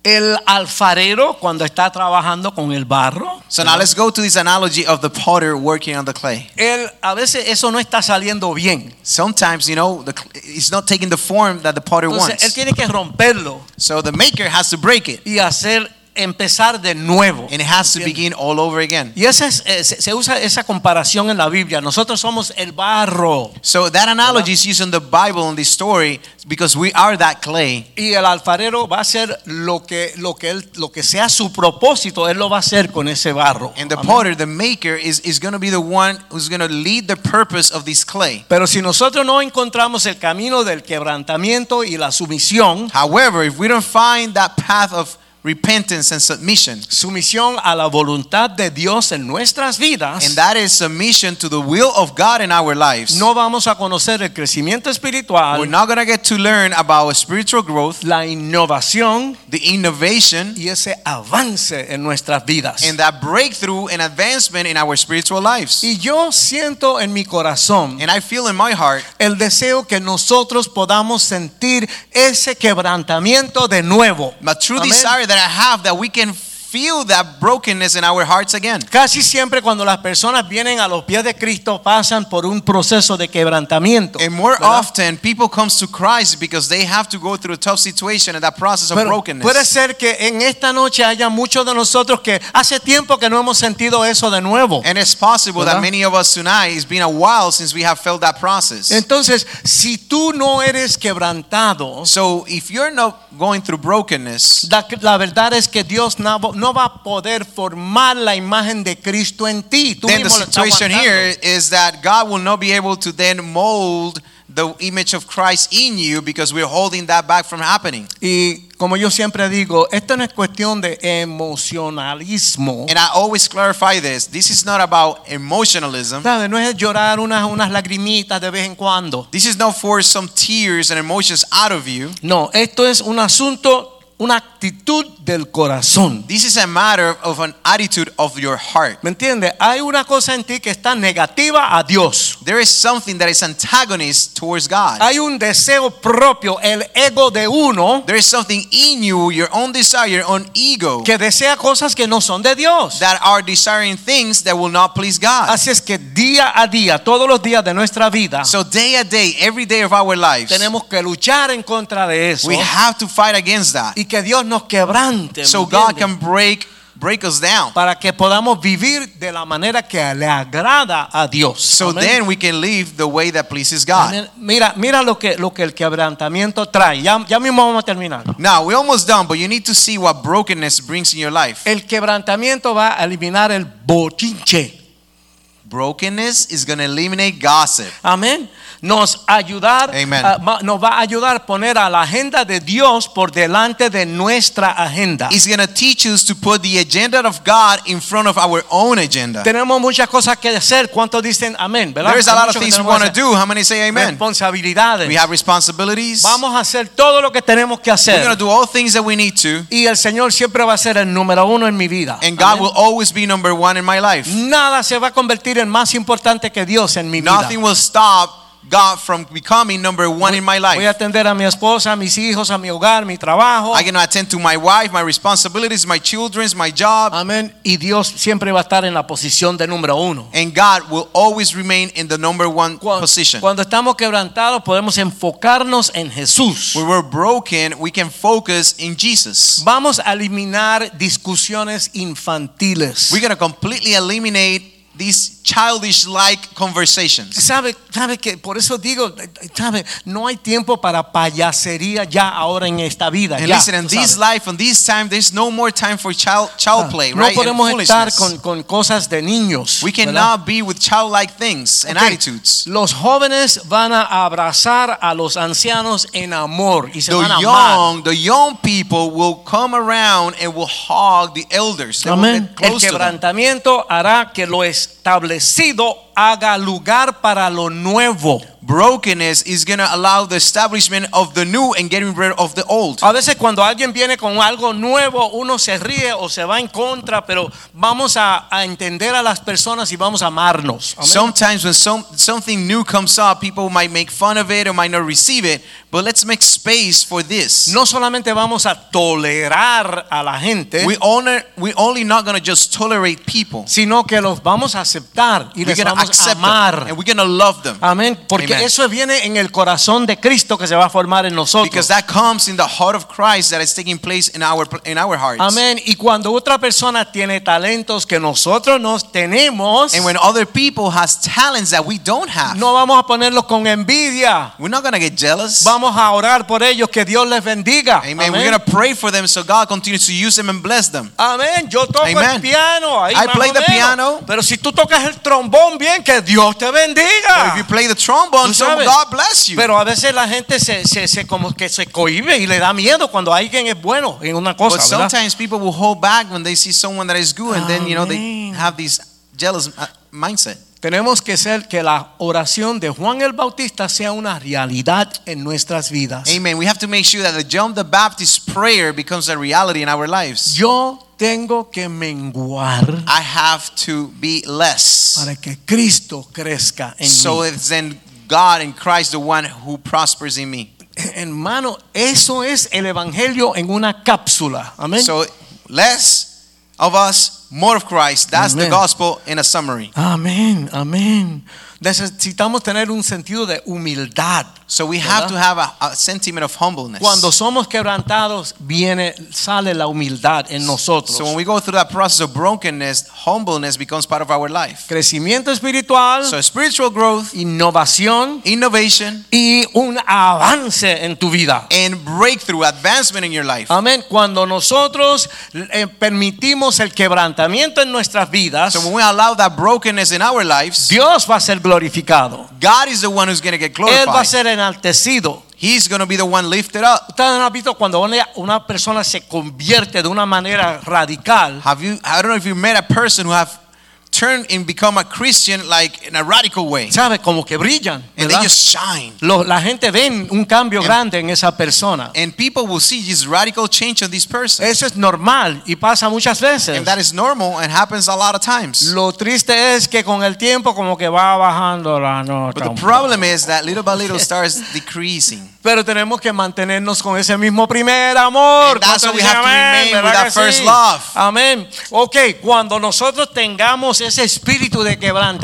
Speaker 2: el alfarero cuando está trabajando con el barro,
Speaker 3: So now let's go to this analogy of the potter working on the clay.
Speaker 2: él a veces eso no está saliendo bien.
Speaker 3: Sometimes, you know, the, cl- it's not taking the form that the potter
Speaker 2: Entonces él
Speaker 3: wants.
Speaker 2: tiene que romperlo
Speaker 3: So the maker has to break it
Speaker 2: y hacer empezar de nuevo.
Speaker 3: and it has to begin all over again.
Speaker 2: Y esa es- eh, se se usa esa comparación en la Biblia. Nosotros somos el barro
Speaker 3: So that analogy is used in the Bible in this story because we are that clay.
Speaker 2: y el alfarero va a hacer lo que lo que él, lo que sea su propósito, él lo va a hacer con ese barro.
Speaker 3: And the
Speaker 2: Amén.
Speaker 3: potter, the maker, is, is going to be the one who's going to lead the purpose of this clay.
Speaker 2: Pero si nosotros no encontramos el camino del quebrantamiento y la sumisión,
Speaker 3: However, if we don't find that path of repentance and submission,
Speaker 2: sumisión a la voluntad de Dios en nuestras vidas,
Speaker 3: and that is submission to the will of God in our lives,
Speaker 2: no vamos a conocer el crecimiento
Speaker 3: we're
Speaker 2: espiritual,
Speaker 3: not going to get to learn about spiritual growth,
Speaker 2: la innovación
Speaker 3: the innovation,
Speaker 2: y ese avance en nuestras vidas.
Speaker 3: and that breakthrough and advancement in our spiritual lives.
Speaker 2: Y yo siento en mi corazón
Speaker 3: And I feel in my heart
Speaker 2: el deseo que nosotros podamos sentir ese quebrantamiento de nuevo.
Speaker 3: my true
Speaker 2: Amén.
Speaker 3: desire that I have that we can feel that brokenness in our hearts again.
Speaker 2: Casi siempre cuando las personas vienen a los pies de Cristo pasan por un proceso de quebrantamiento.
Speaker 3: And more
Speaker 2: ¿verdad?
Speaker 3: often, people comes to Christ because they have to go through a tough situation and that process of
Speaker 2: Pero
Speaker 3: brokenness.
Speaker 2: puede ser que en esta noche haya muchos de nosotros que hace tiempo que no hemos sentido eso de nuevo.
Speaker 3: And it's possible
Speaker 2: ¿Verdad?
Speaker 3: that many of us tonight, it's been a while since we have felt that process.
Speaker 2: Entonces, si tú no eres quebrantado,
Speaker 3: so if you're not going through brokenness,
Speaker 2: la, la verdad es que Dios no, va- no va a poder formar la imagen de Cristo en ti. Tú
Speaker 3: then the
Speaker 2: mismo lo estás
Speaker 3: situation
Speaker 2: aguantando.
Speaker 3: here is that God will not be able to then mold the image of Christ in you because we're holding that back from happening.
Speaker 2: Y como yo siempre digo, esto no es cuestión de emocionalismo.
Speaker 3: And I always clarify this. This is not about emotionalism.
Speaker 2: ¿Sabes? No es llorar unas, unas lagrimitas de vez en cuando.
Speaker 3: This is not for some tears and emotions out of you.
Speaker 2: No, esto es un asunto, una actitud del corazón.
Speaker 3: This is a matter of an attitude of your heart.
Speaker 2: ¿Me entiendes? Hay una cosa en ti que está negativa a Dios.
Speaker 3: There is something that is antagonist towards God.
Speaker 2: Hay un deseo propio, el ego de uno,
Speaker 3: There is something in you, your own desire, your own ego,
Speaker 2: que desea cosas que no son de Dios.
Speaker 3: that are desiring things that will not please God.
Speaker 2: Así es que día a día, todos los días de nuestra vida,
Speaker 3: So day a day, every day of our lives,
Speaker 2: tenemos que luchar en contra de eso
Speaker 3: we have to fight against that.
Speaker 2: y que Dios nos quebrante ¿me
Speaker 3: So God
Speaker 2: entiendes?
Speaker 3: can break break us down.
Speaker 2: para que podamos vivir de la manera que le agrada a Dios.
Speaker 3: So
Speaker 2: Amén.
Speaker 3: then we can live the way that pleases God.
Speaker 2: Amén. Mira, mira lo que lo que el quebrantamiento trae. Ya, ya mismo vamos a terminar.
Speaker 3: Now we're almost done, but you need to see what brokenness brings in your life.
Speaker 2: El quebrantamiento va a eliminar el bochinche.
Speaker 3: Brokenness is going to eliminate gossip.
Speaker 2: Amén. Nos ayudar,
Speaker 3: Amen.
Speaker 2: ah, va- nos va a ayudar a poner a la agenda de Dios por delante de nuestra agenda.
Speaker 3: It's going to teach us to put the agenda of God in front of our own agenda.
Speaker 2: Tenemos muchas cosas que hacer. ¿Cuántos dicen amén? ¿Verdad?
Speaker 3: There's a
Speaker 2: Hay
Speaker 3: lot
Speaker 2: mucho
Speaker 3: of
Speaker 2: que
Speaker 3: things we
Speaker 2: tenemos
Speaker 3: want to
Speaker 2: que hacer.
Speaker 3: do. How many say amen?
Speaker 2: Responsabilidades.
Speaker 3: We have responsibilities.
Speaker 2: Vamos a hacer todo lo que tenemos que
Speaker 3: We're going
Speaker 2: hacer.
Speaker 3: to do all things that we need to,
Speaker 2: Y el Señor siempre va a ser el número uno en mi vida.
Speaker 3: and God
Speaker 2: Amén.
Speaker 3: will always be number one in my life.
Speaker 2: Nada se va a convertir en más importante que Dios en mi vida.
Speaker 3: Nothing will stop God from becoming number one in
Speaker 2: Voy
Speaker 3: my
Speaker 2: a
Speaker 3: life.
Speaker 2: atender a mi esposa, a mis hijos, a mi hogar, mi trabajo.
Speaker 3: I can attend to my wife, my responsibilities, my children's, my job,
Speaker 2: Amén. Y Dios siempre va a estar en la posición de número uno.
Speaker 3: and God will always remain in the number one
Speaker 2: Cuando,
Speaker 3: position.
Speaker 2: cuando estamos quebrantados podemos enfocarnos en Jesús.
Speaker 3: When we're broken, we can focus in Jesus.
Speaker 2: Vamos a eliminar discusiones infantiles.
Speaker 3: We're going to completely eliminate these childish like conversations.
Speaker 2: Sabe, sabe que por eso digo, sabe, no hay tiempo para payasería ya ahora en esta vida.
Speaker 3: And
Speaker 2: ya,
Speaker 3: listen, in
Speaker 2: tú sabes. Ah,
Speaker 3: this life, in this time, there's no more time for child child play,
Speaker 2: no
Speaker 3: right? and
Speaker 2: podemos estar
Speaker 3: foolishness.
Speaker 2: con, con cosas de niños.
Speaker 3: We
Speaker 2: ¿verdad?
Speaker 3: cannot be with childlike things and
Speaker 2: Ok,
Speaker 3: attitudes.
Speaker 2: Los jóvenes van a abrazar a los ancianos en amor y se van a
Speaker 3: The
Speaker 2: amar.
Speaker 3: young, the young people will come around and will hog the elders. They will
Speaker 2: Amén.
Speaker 3: get
Speaker 2: El
Speaker 3: close to them.
Speaker 2: quebrantamiento hará que lo establecido haga lugar para lo nuevo.
Speaker 3: Brokenness is going to allow the establishment of the new and getting rid of the old.
Speaker 2: A veces cuando alguien viene con algo nuevo, uno se ríe o se va en contra, pero vamos a, a entender a las personas y vamos a amarnos. Amén.
Speaker 3: Sometimes when some, something new comes up, people might make fun of it or might not receive it. But let's make space for this.
Speaker 2: no solamente vamos a tolerar a la gente,
Speaker 3: we honor, we're only not going to just tolerate people.
Speaker 2: sino que los vamos a aceptar y
Speaker 3: We're
Speaker 2: les
Speaker 3: going to
Speaker 2: vamos a
Speaker 3: accept them
Speaker 2: amar.
Speaker 3: and we're going to love them.
Speaker 2: Amén. Porque
Speaker 3: Amen.
Speaker 2: eso viene en el corazón de Cristo que se va a formar en
Speaker 3: Because
Speaker 2: nosotros.
Speaker 3: that comes in the heart of Christ that is taking place in our in our hearts.
Speaker 2: Amén. Y cuando otra persona tiene talentos que nosotros no tenemos,
Speaker 3: And when other people has talents that we don't have,
Speaker 2: no vamos a ponerlos con envidia.
Speaker 3: we're not going to get jealous.
Speaker 2: Vamos a orar por ellos, que Dios les bendiga.
Speaker 3: Amen.
Speaker 2: Amén.
Speaker 3: We're going to pray for them so God continues to use them and bless them.
Speaker 2: Amén. Yo toco el
Speaker 3: Amen.
Speaker 2: piano. Ahí
Speaker 3: I
Speaker 2: más
Speaker 3: play
Speaker 2: o
Speaker 3: the
Speaker 2: menos.
Speaker 3: piano.
Speaker 2: Pero si tú tocas el trombón bien, que Dios te
Speaker 3: But
Speaker 2: bendiga.
Speaker 3: if you play the trombone,
Speaker 2: Tú
Speaker 3: so
Speaker 2: sabes.
Speaker 3: God bless you.
Speaker 2: Pero a veces la gente se, se, se como que se cohíbe y le da miedo cuando alguien es bueno en una cosa.
Speaker 3: but
Speaker 2: ¿verdad?
Speaker 3: sometimes people will hold back when they see someone that is good, and then you know they
Speaker 2: Amen.
Speaker 3: have this jealous uh, mindset.
Speaker 2: Tenemos que ser que la oración de Juan el Bautista sea una realidad en nuestras vidas.
Speaker 3: Amen. We have to make sure that the John the Baptist prayer becomes a reality in our lives.
Speaker 2: Yo tengo que menguar
Speaker 3: I have to be less.
Speaker 2: para que Cristo crezca en
Speaker 3: So
Speaker 2: mí.
Speaker 3: it's then God and Christ the one who prospers in me.
Speaker 2: Hermano, eso es el evangelio en una cápsula. Amén.
Speaker 3: So less of us, more of Christ. That's
Speaker 2: Amen.
Speaker 3: the gospel in a summary.
Speaker 2: Amén, amén. Necesitamos tener un sentido de humildad.
Speaker 3: So we have
Speaker 2: ¿Verdad?
Speaker 3: to have a, a sentiment of humbleness.
Speaker 2: Cuando somos quebrantados, viene, sale la humildad en nosotros.
Speaker 3: so when we go through that process of brokenness, humbleness becomes part of our life.
Speaker 2: Crecimiento espiritual,
Speaker 3: So spiritual growth,
Speaker 2: innovación
Speaker 3: innovation,
Speaker 2: y un avance en tu vida.
Speaker 3: and breakthrough, advancement in your life.
Speaker 2: Amén. Cuando nosotros eh, permitimos el quebrantamiento en nuestras vidas,
Speaker 3: So when we allow that brokenness in our lives,
Speaker 2: Dios va a ser glorificado.
Speaker 3: God is the one who's going to get
Speaker 2: Él va a
Speaker 3: glorified.
Speaker 2: ser enaltecido.
Speaker 3: He's going to be the one lifted up.
Speaker 2: Ustedes no han visto cuando una- una persona se convierte de una manera radical.
Speaker 3: Have you? I don't know if you met a person who have turned and become a Christian like in a radical way,
Speaker 2: ¿Sabe? Como que brillan.
Speaker 3: and they
Speaker 2: ¿verdad?
Speaker 3: just shine.
Speaker 2: Lo- la gente ve un cambio
Speaker 3: And-
Speaker 2: grande en esa persona.
Speaker 3: And people will see this radical change on this person,
Speaker 2: Eso es normal y pasa muchas veces.
Speaker 3: and that is normal and happens a lot of times.
Speaker 2: Lo triste es que con el tiempo como que va bajando la nota.
Speaker 3: But
Speaker 2: un
Speaker 3: the
Speaker 2: poco.
Speaker 3: problem is that little by little starts decreasing.
Speaker 2: Pero tenemos que mantenernos con ese mismo primer amor.
Speaker 3: And that's
Speaker 2: ¿Cuántos
Speaker 3: what we
Speaker 2: dicen
Speaker 3: have to
Speaker 2: amén?
Speaker 3: remain
Speaker 2: ¿Verdad
Speaker 3: with
Speaker 2: que
Speaker 3: that first
Speaker 2: sí?
Speaker 3: love.
Speaker 2: Amén. Ok, cuando nosotros tengamos ese espíritu de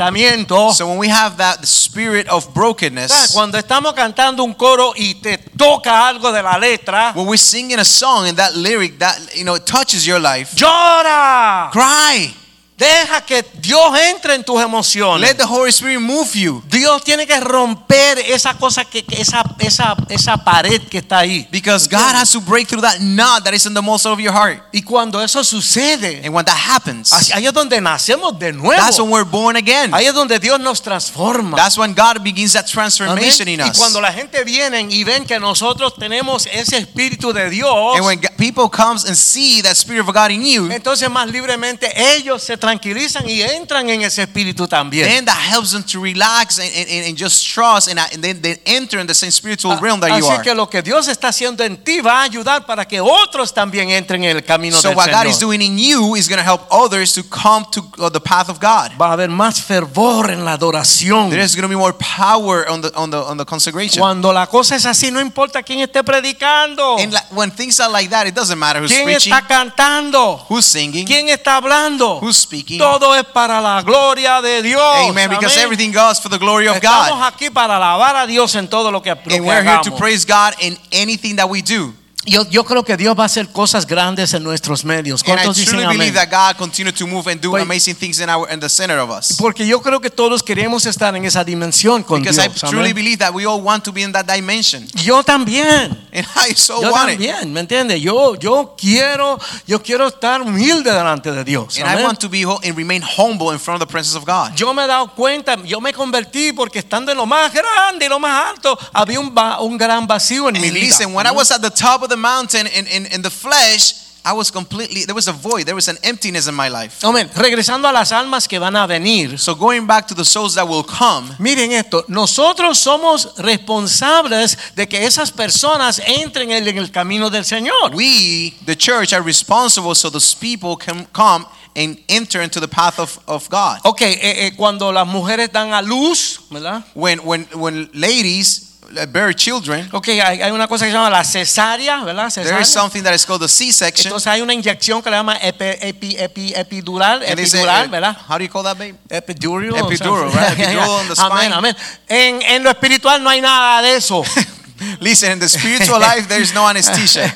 Speaker 2: quebrantamiento,
Speaker 3: So when we have that spirit of brokenness,
Speaker 2: cuando estamos cantando un coro y te toca algo de la letra,
Speaker 3: when we're singing a song and that lyric that you know it touches your life,
Speaker 2: llora.
Speaker 3: cry.
Speaker 2: Deja que Dios entre en tus emociones.
Speaker 3: Let the Holy Spirit move you.
Speaker 2: Dios tiene que romper esa cosa que, que esa, esa, esa pared que está ahí.
Speaker 3: Because God has to break through that knot that is in the muscle of your heart.
Speaker 2: Y cuando eso sucede,
Speaker 3: And when that happens,
Speaker 2: así- ahí es donde nacemos de
Speaker 3: that's when
Speaker 2: nuevo.
Speaker 3: we're born again.
Speaker 2: Ahí es donde Dios nos transforma.
Speaker 3: That's when God begins that
Speaker 2: Amén.
Speaker 3: transformation in
Speaker 2: Y
Speaker 3: us.
Speaker 2: cuando la gente viene y ven que nosotros tenemos ese espíritu de Dios,
Speaker 3: And when g- people comes and see that spirit of God in you,
Speaker 2: entonces más libremente ellos se tranquilizan y entran en ese espíritu también.
Speaker 3: then that helps them to relax and, and, and- and just trust and, I- and then they enter in the same spiritual realm that you
Speaker 2: Ah, Así
Speaker 3: are.
Speaker 2: que lo que Dios está haciendo en ti va a ayudar para que otros también entren en el camino
Speaker 3: So
Speaker 2: del
Speaker 3: what God
Speaker 2: Señor.
Speaker 3: is doing in you is going to help others to come to uh, the path of God.
Speaker 2: Va a haber más fervor en la adoración.
Speaker 3: There's going to be more power on the on the on the consecration.
Speaker 2: Cuando la cosa es así, no importa quién esté predicando,
Speaker 3: And like, when things are like that, it doesn't matter who's
Speaker 2: quién
Speaker 3: preaching,
Speaker 2: está cantando,
Speaker 3: who's singing,
Speaker 2: quién está hablando.
Speaker 3: who's speaking.
Speaker 2: Todo es para la gloria de Dios.
Speaker 3: Amen. Because
Speaker 2: Amén.
Speaker 3: everything goes for the glory of
Speaker 2: Estamos
Speaker 3: God.
Speaker 2: aquí para alabar a Dios en todo lo que, lo
Speaker 3: And
Speaker 2: que
Speaker 3: we're here to
Speaker 2: hagamos.
Speaker 3: praise God in anything that we do.
Speaker 2: Yo, yo creo que Dios va a hacer cosas grandes en nuestros medios.
Speaker 3: And I
Speaker 2: ¿Cuántos dicen
Speaker 3: truly
Speaker 2: amén?
Speaker 3: believe that God continues to move and do
Speaker 2: Pues-
Speaker 3: amazing things in our in the center of us.
Speaker 2: Porque yo creo que todos queremos estar en esa dimensión con
Speaker 3: Because I
Speaker 2: Dios. amén.
Speaker 3: truly believe that we all want to be in that dimension.
Speaker 2: Yo también.
Speaker 3: And I so
Speaker 2: Yo
Speaker 3: want it.
Speaker 2: también, ¿me entiendes? Yo, yo quiero, yo quiero estar humilde delante de Dios.
Speaker 3: And
Speaker 2: amén.
Speaker 3: I want to be whole and remain humble in front of the presence of God.
Speaker 2: Yo me he dado cuenta, yo me convertí porque estando en lo más grande y lo más alto, había un, va- un gran vacío en mi
Speaker 3: And
Speaker 2: vida.
Speaker 3: listen, when I was at the top of the mountain in, in, in the flesh, I was completely, there was a void, there was an emptiness in my life.
Speaker 2: Amén. Regresando a las almas que van a venir.
Speaker 3: So going back to the souls that will come,
Speaker 2: Miren esto, nosotros somos responsables de que esas personas entren en el camino del Señor.
Speaker 3: we, the church, are responsible so those people can come and enter into the path of, of God.
Speaker 2: Ok, eh, eh, cuando las mujeres dan a luz, ¿verdad?
Speaker 3: When, when, when ladies uh, bear children,
Speaker 2: Ok, hay, hay una cosa que se llama la cesárea, ¿verdad?
Speaker 3: there
Speaker 2: Cesárea.
Speaker 3: is something that is called the C-section.
Speaker 2: Entonces hay una inyección que le llama epi- epi- epi- epidural,
Speaker 3: And it's a-
Speaker 2: epidural, ¿verdad?
Speaker 3: How do you call that, babe?
Speaker 2: Epidural.
Speaker 3: Epidural,
Speaker 2: o sea,
Speaker 3: right? Epidural on the
Speaker 2: Amén,
Speaker 3: spine.
Speaker 2: amén. En, en lo espiritual no hay nada de eso.
Speaker 3: Listen, in the spiritual life, there is no anesthesia.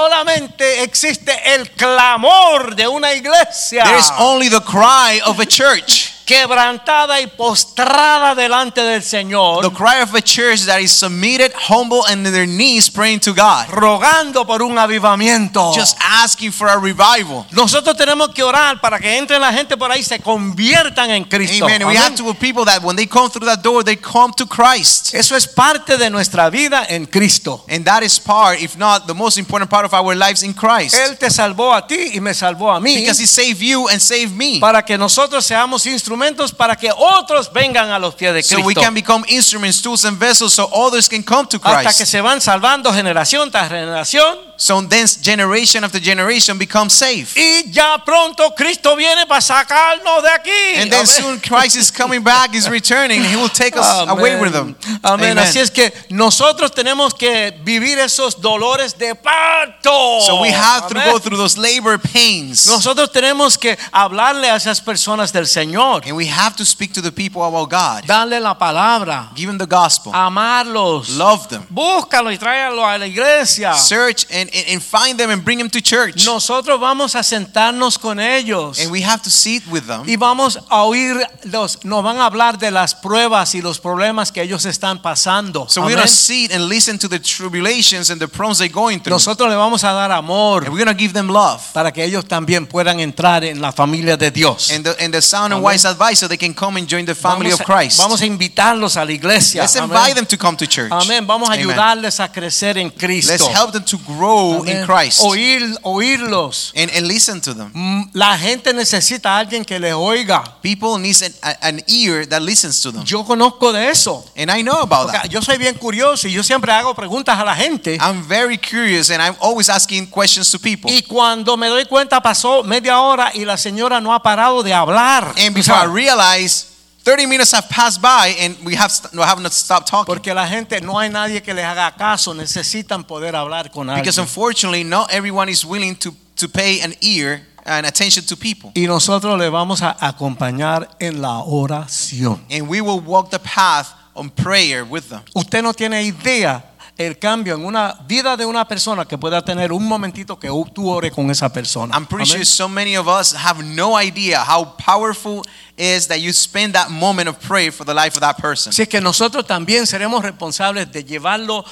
Speaker 2: Solamente existe el clamor de una iglesia
Speaker 3: There is only the cry of a church.
Speaker 2: quebrantada y postrada delante del Señor,
Speaker 3: The cry of a church that is submitted, humble, and on their knees praying to God.
Speaker 2: rogando por un avivamiento.
Speaker 3: Just asking for a revival.
Speaker 2: Nosotros tenemos que orar para que entre la gente por ahí y se conviertan en Cristo.
Speaker 3: Amen. We
Speaker 2: Amén.
Speaker 3: have to with people that when they come through that door, they come to Christ.
Speaker 2: Eso es parte de nuestra vida en Cristo.
Speaker 3: And that is part, if not the most important part of our lives in Christ.
Speaker 2: Él te salvó a ti y me salvó a mí
Speaker 3: Because He saved you and saved me.
Speaker 2: para que nosotros seamos instrumentos para que otros vengan a los pies de
Speaker 3: So we
Speaker 2: Cristo.
Speaker 3: can become instruments, tools, and vessels so others can come to
Speaker 2: hasta que
Speaker 3: Christ.
Speaker 2: se van salvando generación tras generación
Speaker 3: So then generation after generation becomes saved.
Speaker 2: y ya pronto Cristo viene para sacarnos de aquí.
Speaker 3: And then
Speaker 2: Amén.
Speaker 3: soon Christ is coming back, is returning, He will take us
Speaker 2: Amén.
Speaker 3: away with Him.
Speaker 2: Amén.
Speaker 3: Amen.
Speaker 2: Así es que nosotros tenemos que vivir esos dolores de parto.
Speaker 3: So we have to
Speaker 2: Amén.
Speaker 3: go through those labor pains.
Speaker 2: Nosotros tenemos que hablarle a esas personas del Señor,
Speaker 3: And we have to speak to the people about God.
Speaker 2: darle la palabra,
Speaker 3: Give them the gospel.
Speaker 2: Ah. amarlos,
Speaker 3: Love them.
Speaker 2: búscalo y tráelo a la iglesia.
Speaker 3: Search and, and, and find them and bring them to church.
Speaker 2: Nosotros vamos a sentarnos con ellos.
Speaker 3: And we have to sit with them.
Speaker 2: Y vamos a oír, los, nos van a hablar de las pruebas y los problemas que ellos están pasando.
Speaker 3: So we're
Speaker 2: Amén.
Speaker 3: going to sit and listen to the tribulations and the problems they're going through.
Speaker 2: Nosotros le vamos a dar
Speaker 3: And
Speaker 2: amor
Speaker 3: we're going to give them love.
Speaker 2: para que ellos también puedan entrar en la familia de Dios.
Speaker 3: And the, and the sound and
Speaker 2: Amén.
Speaker 3: wise advice so they can come and join the family
Speaker 2: vamos,
Speaker 3: of
Speaker 2: a,
Speaker 3: Christ.
Speaker 2: vamos a invitarlos a la iglesia.
Speaker 3: Let's
Speaker 2: Amén.
Speaker 3: invite them to come to church.
Speaker 2: Amén. Vamos a
Speaker 3: Amen.
Speaker 2: ayudarles a crecer en Cristo.
Speaker 3: Let's help them to grow
Speaker 2: Amén.
Speaker 3: in Christ
Speaker 2: Oír, oírlos.
Speaker 3: and, and listen to them.
Speaker 2: Mm, La gente necesita a alguien que les oiga.
Speaker 3: People need an, a- an ear that listens to them.
Speaker 2: Yo conozco de eso.
Speaker 3: And I know about
Speaker 2: Porque
Speaker 3: that.
Speaker 2: yo soy bien curioso y yo siempre hago preguntas a la gente.
Speaker 3: I'm very curious and I'm always asking questions to people.
Speaker 2: Y cuando me doy cuenta pasó media hora y la señora no ha parado de hablar.
Speaker 3: And
Speaker 2: Tú
Speaker 3: before I
Speaker 2: sabes,
Speaker 3: realize, 30 minutes have passed by and we have st- no, have not stopped talking.
Speaker 2: Porque la gente no hay nadie que les haga caso, necesitan poder hablar con alguien.
Speaker 3: Because unfortunately, not everyone is willing to, to pay an ear and attention to people.
Speaker 2: Y nosotros le vamos a acompañar en la oración.
Speaker 3: And we will walk the path on prayer with them.
Speaker 2: Usted no tiene idea el cambio en una vida de una persona que pueda tener un momentito que tú ores con esa persona.
Speaker 3: I'm pretty
Speaker 2: Amén.
Speaker 3: sure so many of us have no idea how powerful it is that you spend that moment of prayer for the life of that person.
Speaker 2: Así es que nosotros también seremos responsables de llevarlo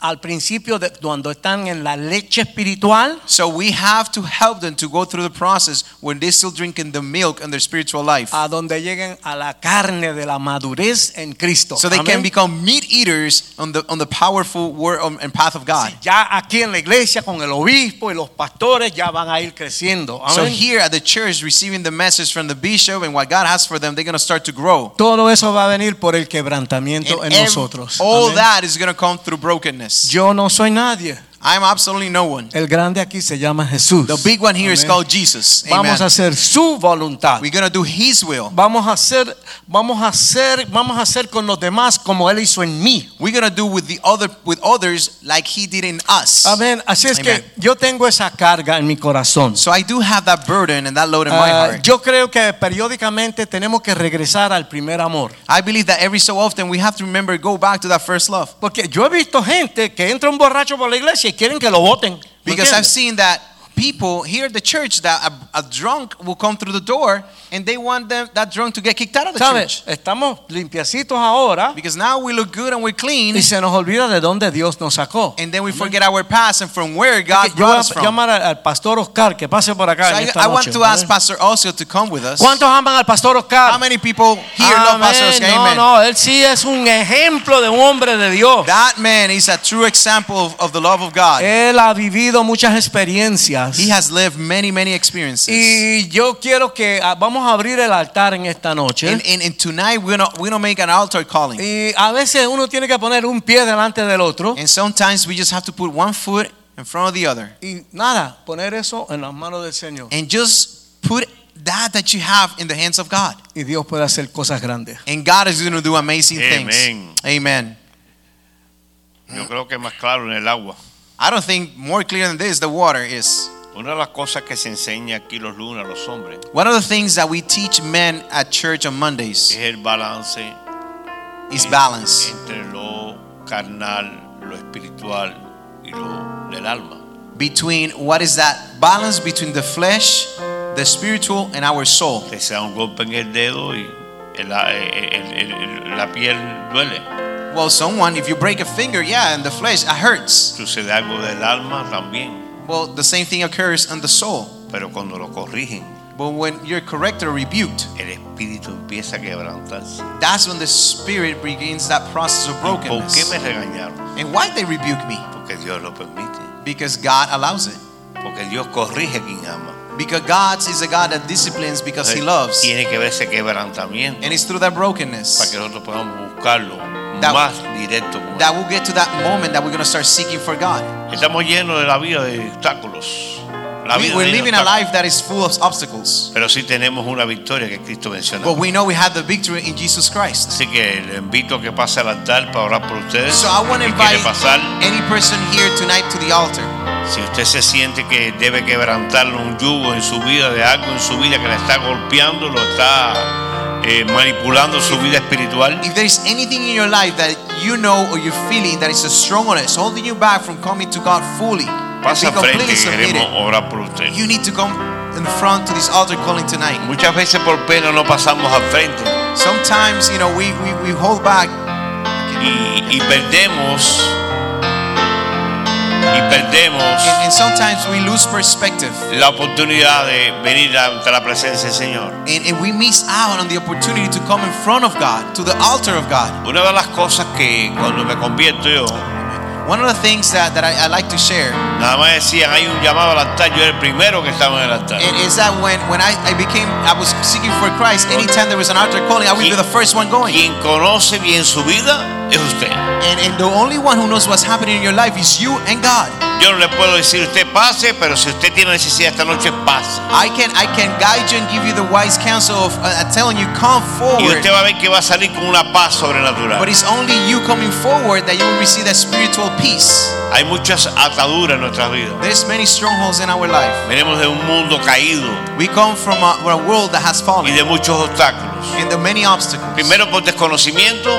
Speaker 2: al principio de cuando están en la leche espiritual.
Speaker 3: So we have to help them to go through the process when they're still drinking the milk in their spiritual life.
Speaker 2: a donde lleguen a la carne de la madurez en Cristo.
Speaker 3: So they
Speaker 2: Amén.
Speaker 3: can become meat eaters on the on the powerful word on- and path of God.
Speaker 2: ya aquí en la iglesia con el obispo y los pastores ya van a ir creciendo.
Speaker 3: So
Speaker 2: Amén.
Speaker 3: here at the church, receiving the message from the bishop and what God has for them, they're gonna start to grow.
Speaker 2: Todo eso va a venir por el
Speaker 3: And
Speaker 2: quebrantamiento en
Speaker 3: ev-
Speaker 2: nosotros.
Speaker 3: all
Speaker 2: Amén.
Speaker 3: that is gonna come through brokenness.
Speaker 2: Yo no soy nadie.
Speaker 3: I'm absolutely no one.
Speaker 2: El grande aquí se llama Jesús.
Speaker 3: The big one here is
Speaker 2: Amén.
Speaker 3: called Jesus.
Speaker 2: Vamos
Speaker 3: Amen.
Speaker 2: a hacer su voluntad.
Speaker 3: We're gonna do His will.
Speaker 2: Vamos a hacer, vamos a hacer, vamos a hacer con los demás como él hizo en mí.
Speaker 3: We're gonna do with the other with others like He did in us.
Speaker 2: Amén. Así es
Speaker 3: Amen.
Speaker 2: que yo tengo esa carga en mi corazón.
Speaker 3: So I do have that burden and that load in my
Speaker 2: Ah,
Speaker 3: heart.
Speaker 2: yo creo que periódicamente tenemos que regresar al primer amor.
Speaker 3: I believe that every so often we have to remember go back to that first love.
Speaker 2: Porque yo he visto gente que entra un borracho por la iglesia y quieren que lo voten.
Speaker 3: Because I've seen that people here at the church that a, a drunk will come through the door and they want them, that drunk to get kicked out of the
Speaker 2: ¿Sabes?
Speaker 3: church.
Speaker 2: Estamos limpiacitos ahora
Speaker 3: Because now we look good and we're clean
Speaker 2: y se nos olvida de dónde Dios nos sacó.
Speaker 3: and then we forget our past and from where
Speaker 2: Así
Speaker 3: God
Speaker 2: que Yo voy
Speaker 3: brought
Speaker 2: a
Speaker 3: us from.
Speaker 2: llamar al, al pastor Oscar que pase por acá.
Speaker 3: So
Speaker 2: en
Speaker 3: I,
Speaker 2: esta
Speaker 3: I want
Speaker 2: noche.
Speaker 3: to ask
Speaker 2: Amén.
Speaker 3: Pastor Osio to come with us.
Speaker 2: ¿Cuántos aman al pastor Oscar?
Speaker 3: How many people here love
Speaker 2: Amén.
Speaker 3: Pastor Oscar?
Speaker 2: No,
Speaker 3: Amen.
Speaker 2: no, él sí es un ejemplo de un hombre de Dios.
Speaker 3: That man is a true example of, of the love of God.
Speaker 2: Él ha vivido muchas experiencias.
Speaker 3: He has lived many, many experiences.
Speaker 2: Y yo quiero que ah, vamos a abrir el altar en esta noche.
Speaker 3: And, and, and tonight we're not, we're not make an altar calling.
Speaker 2: y a veces uno tiene que poner un pie delante del otro.
Speaker 3: And sometimes we just have to put one foot in front of the other
Speaker 2: Y nada, poner eso en las manos del Señor.
Speaker 3: and just put that that you have in the hands of God.
Speaker 2: Y Dios puede hacer cosas grandes.
Speaker 3: And God is going to do amazing
Speaker 5: Amen.
Speaker 3: things. Amen.
Speaker 5: Yo creo que es más claro en el agua.
Speaker 3: I don't think more clear than this the water is.
Speaker 5: Una de las cosas que se enseña aquí los lunes a los hombres
Speaker 3: One of the things that we teach men at church on Mondays
Speaker 5: es el balance
Speaker 3: is
Speaker 5: en-
Speaker 3: balance
Speaker 5: entre lo carnal, lo espiritual y lo del alma.
Speaker 3: between what is that balance between the flesh, the spiritual, and our soul.
Speaker 5: Que sea un golpe en el dedo y el- eh, el- el- el- la piel duele.
Speaker 3: Well, someone, if you break a finger, yeah, in the flesh, it hurts.
Speaker 5: Sucede algo del alma también,
Speaker 3: Well, the same thing occurs on the soul.
Speaker 5: pero cuando lo corrigen,
Speaker 3: But when you're corrected or rebuked,
Speaker 5: el espíritu empieza a quebrantarse.
Speaker 3: that's when the spirit begins that process of
Speaker 5: ¿Y ¿Por qué
Speaker 3: brokenness.
Speaker 5: me regañaron?
Speaker 3: And why they rebuke me?
Speaker 5: Porque Dios lo permite.
Speaker 3: Because God allows it.
Speaker 5: Porque Dios corrige a quien ama.
Speaker 3: Because God is a God that disciplines because He loves.
Speaker 5: Tiene que ver ese quebrantamiento
Speaker 3: And it's through that
Speaker 5: para
Speaker 3: brokenness
Speaker 5: que nosotros podamos buscarlo
Speaker 3: That-
Speaker 5: más directo. con
Speaker 3: that we'll get to that moment that we're going to start seeking for God.
Speaker 5: Él. Estamos llenos de la vida de obstáculos. La
Speaker 3: We,
Speaker 5: vida
Speaker 3: we're
Speaker 5: llena de
Speaker 3: living a
Speaker 5: obstáculos.
Speaker 3: life that is full of obstacles.
Speaker 5: Pero sí tenemos una victoria que Cristo mencionó.
Speaker 3: But we know we have the victory in Jesus Christ.
Speaker 5: Así que le invito a que pase al altar para orar por ustedes.
Speaker 3: So I want to
Speaker 5: Si quiere
Speaker 3: invite eh,
Speaker 5: pasar,
Speaker 3: any person here tonight to the altar.
Speaker 5: si usted se siente que debe quebrantarle un yugo en su vida, de algo en su vida que le está golpeando, lo está eh, manipulando su vida espiritual.
Speaker 3: If there's anything in your life that you know or you're feeling that is a strong on us, holding you back from coming to God fully, and
Speaker 5: Pasa
Speaker 3: be
Speaker 5: frente
Speaker 3: completely
Speaker 5: y
Speaker 3: submitted,
Speaker 5: queremos orar por usted.
Speaker 3: you need to come in front to this altar calling tonight.
Speaker 5: Muchas veces por pena no pasamos al frente
Speaker 3: Sometimes, you know, we, we, we hold back
Speaker 5: y, y perdemos y
Speaker 3: and,
Speaker 5: perdemos
Speaker 3: and sometimes we lose perspective
Speaker 5: la oportunidad de venir ante la presencia del Señor.
Speaker 3: and, and we miss out on the opportunity to come in front of God, to the altar of God.
Speaker 5: Una de las cosas que cuando me convierto yo,
Speaker 3: One of the things that, that I, I like to share
Speaker 5: nada más decían hay un llamado al altar, yo era el primero que estaba en el altar.
Speaker 3: i- is that when, when I, I became, I was seeking for Christ, anytime there was an altar calling, I would be the first one going.
Speaker 5: Quien conoce bien su vida es usted.
Speaker 3: And, and the only one who knows what's happening in your life is you and God.
Speaker 5: Yo no le puedo decir usted pase, pero si usted tiene necesidad esta noche, pase.
Speaker 3: I can I can guide you and give you the wise counsel of uh, uh, telling you come
Speaker 5: Y
Speaker 3: forward.
Speaker 5: usted va a ver que va a salir con una paz sobrenatural.
Speaker 3: But it's only you coming forward that you will receive that spiritual peace.
Speaker 5: Hay muchas ataduras en nuestras vidas.
Speaker 3: There's many strongholds in our life.
Speaker 5: Venimos de un mundo caído
Speaker 3: We come from a, from a world that has
Speaker 5: y
Speaker 3: fallen
Speaker 5: de muchos obstáculos.
Speaker 3: and the many obstacles.
Speaker 5: Primero por desconocimiento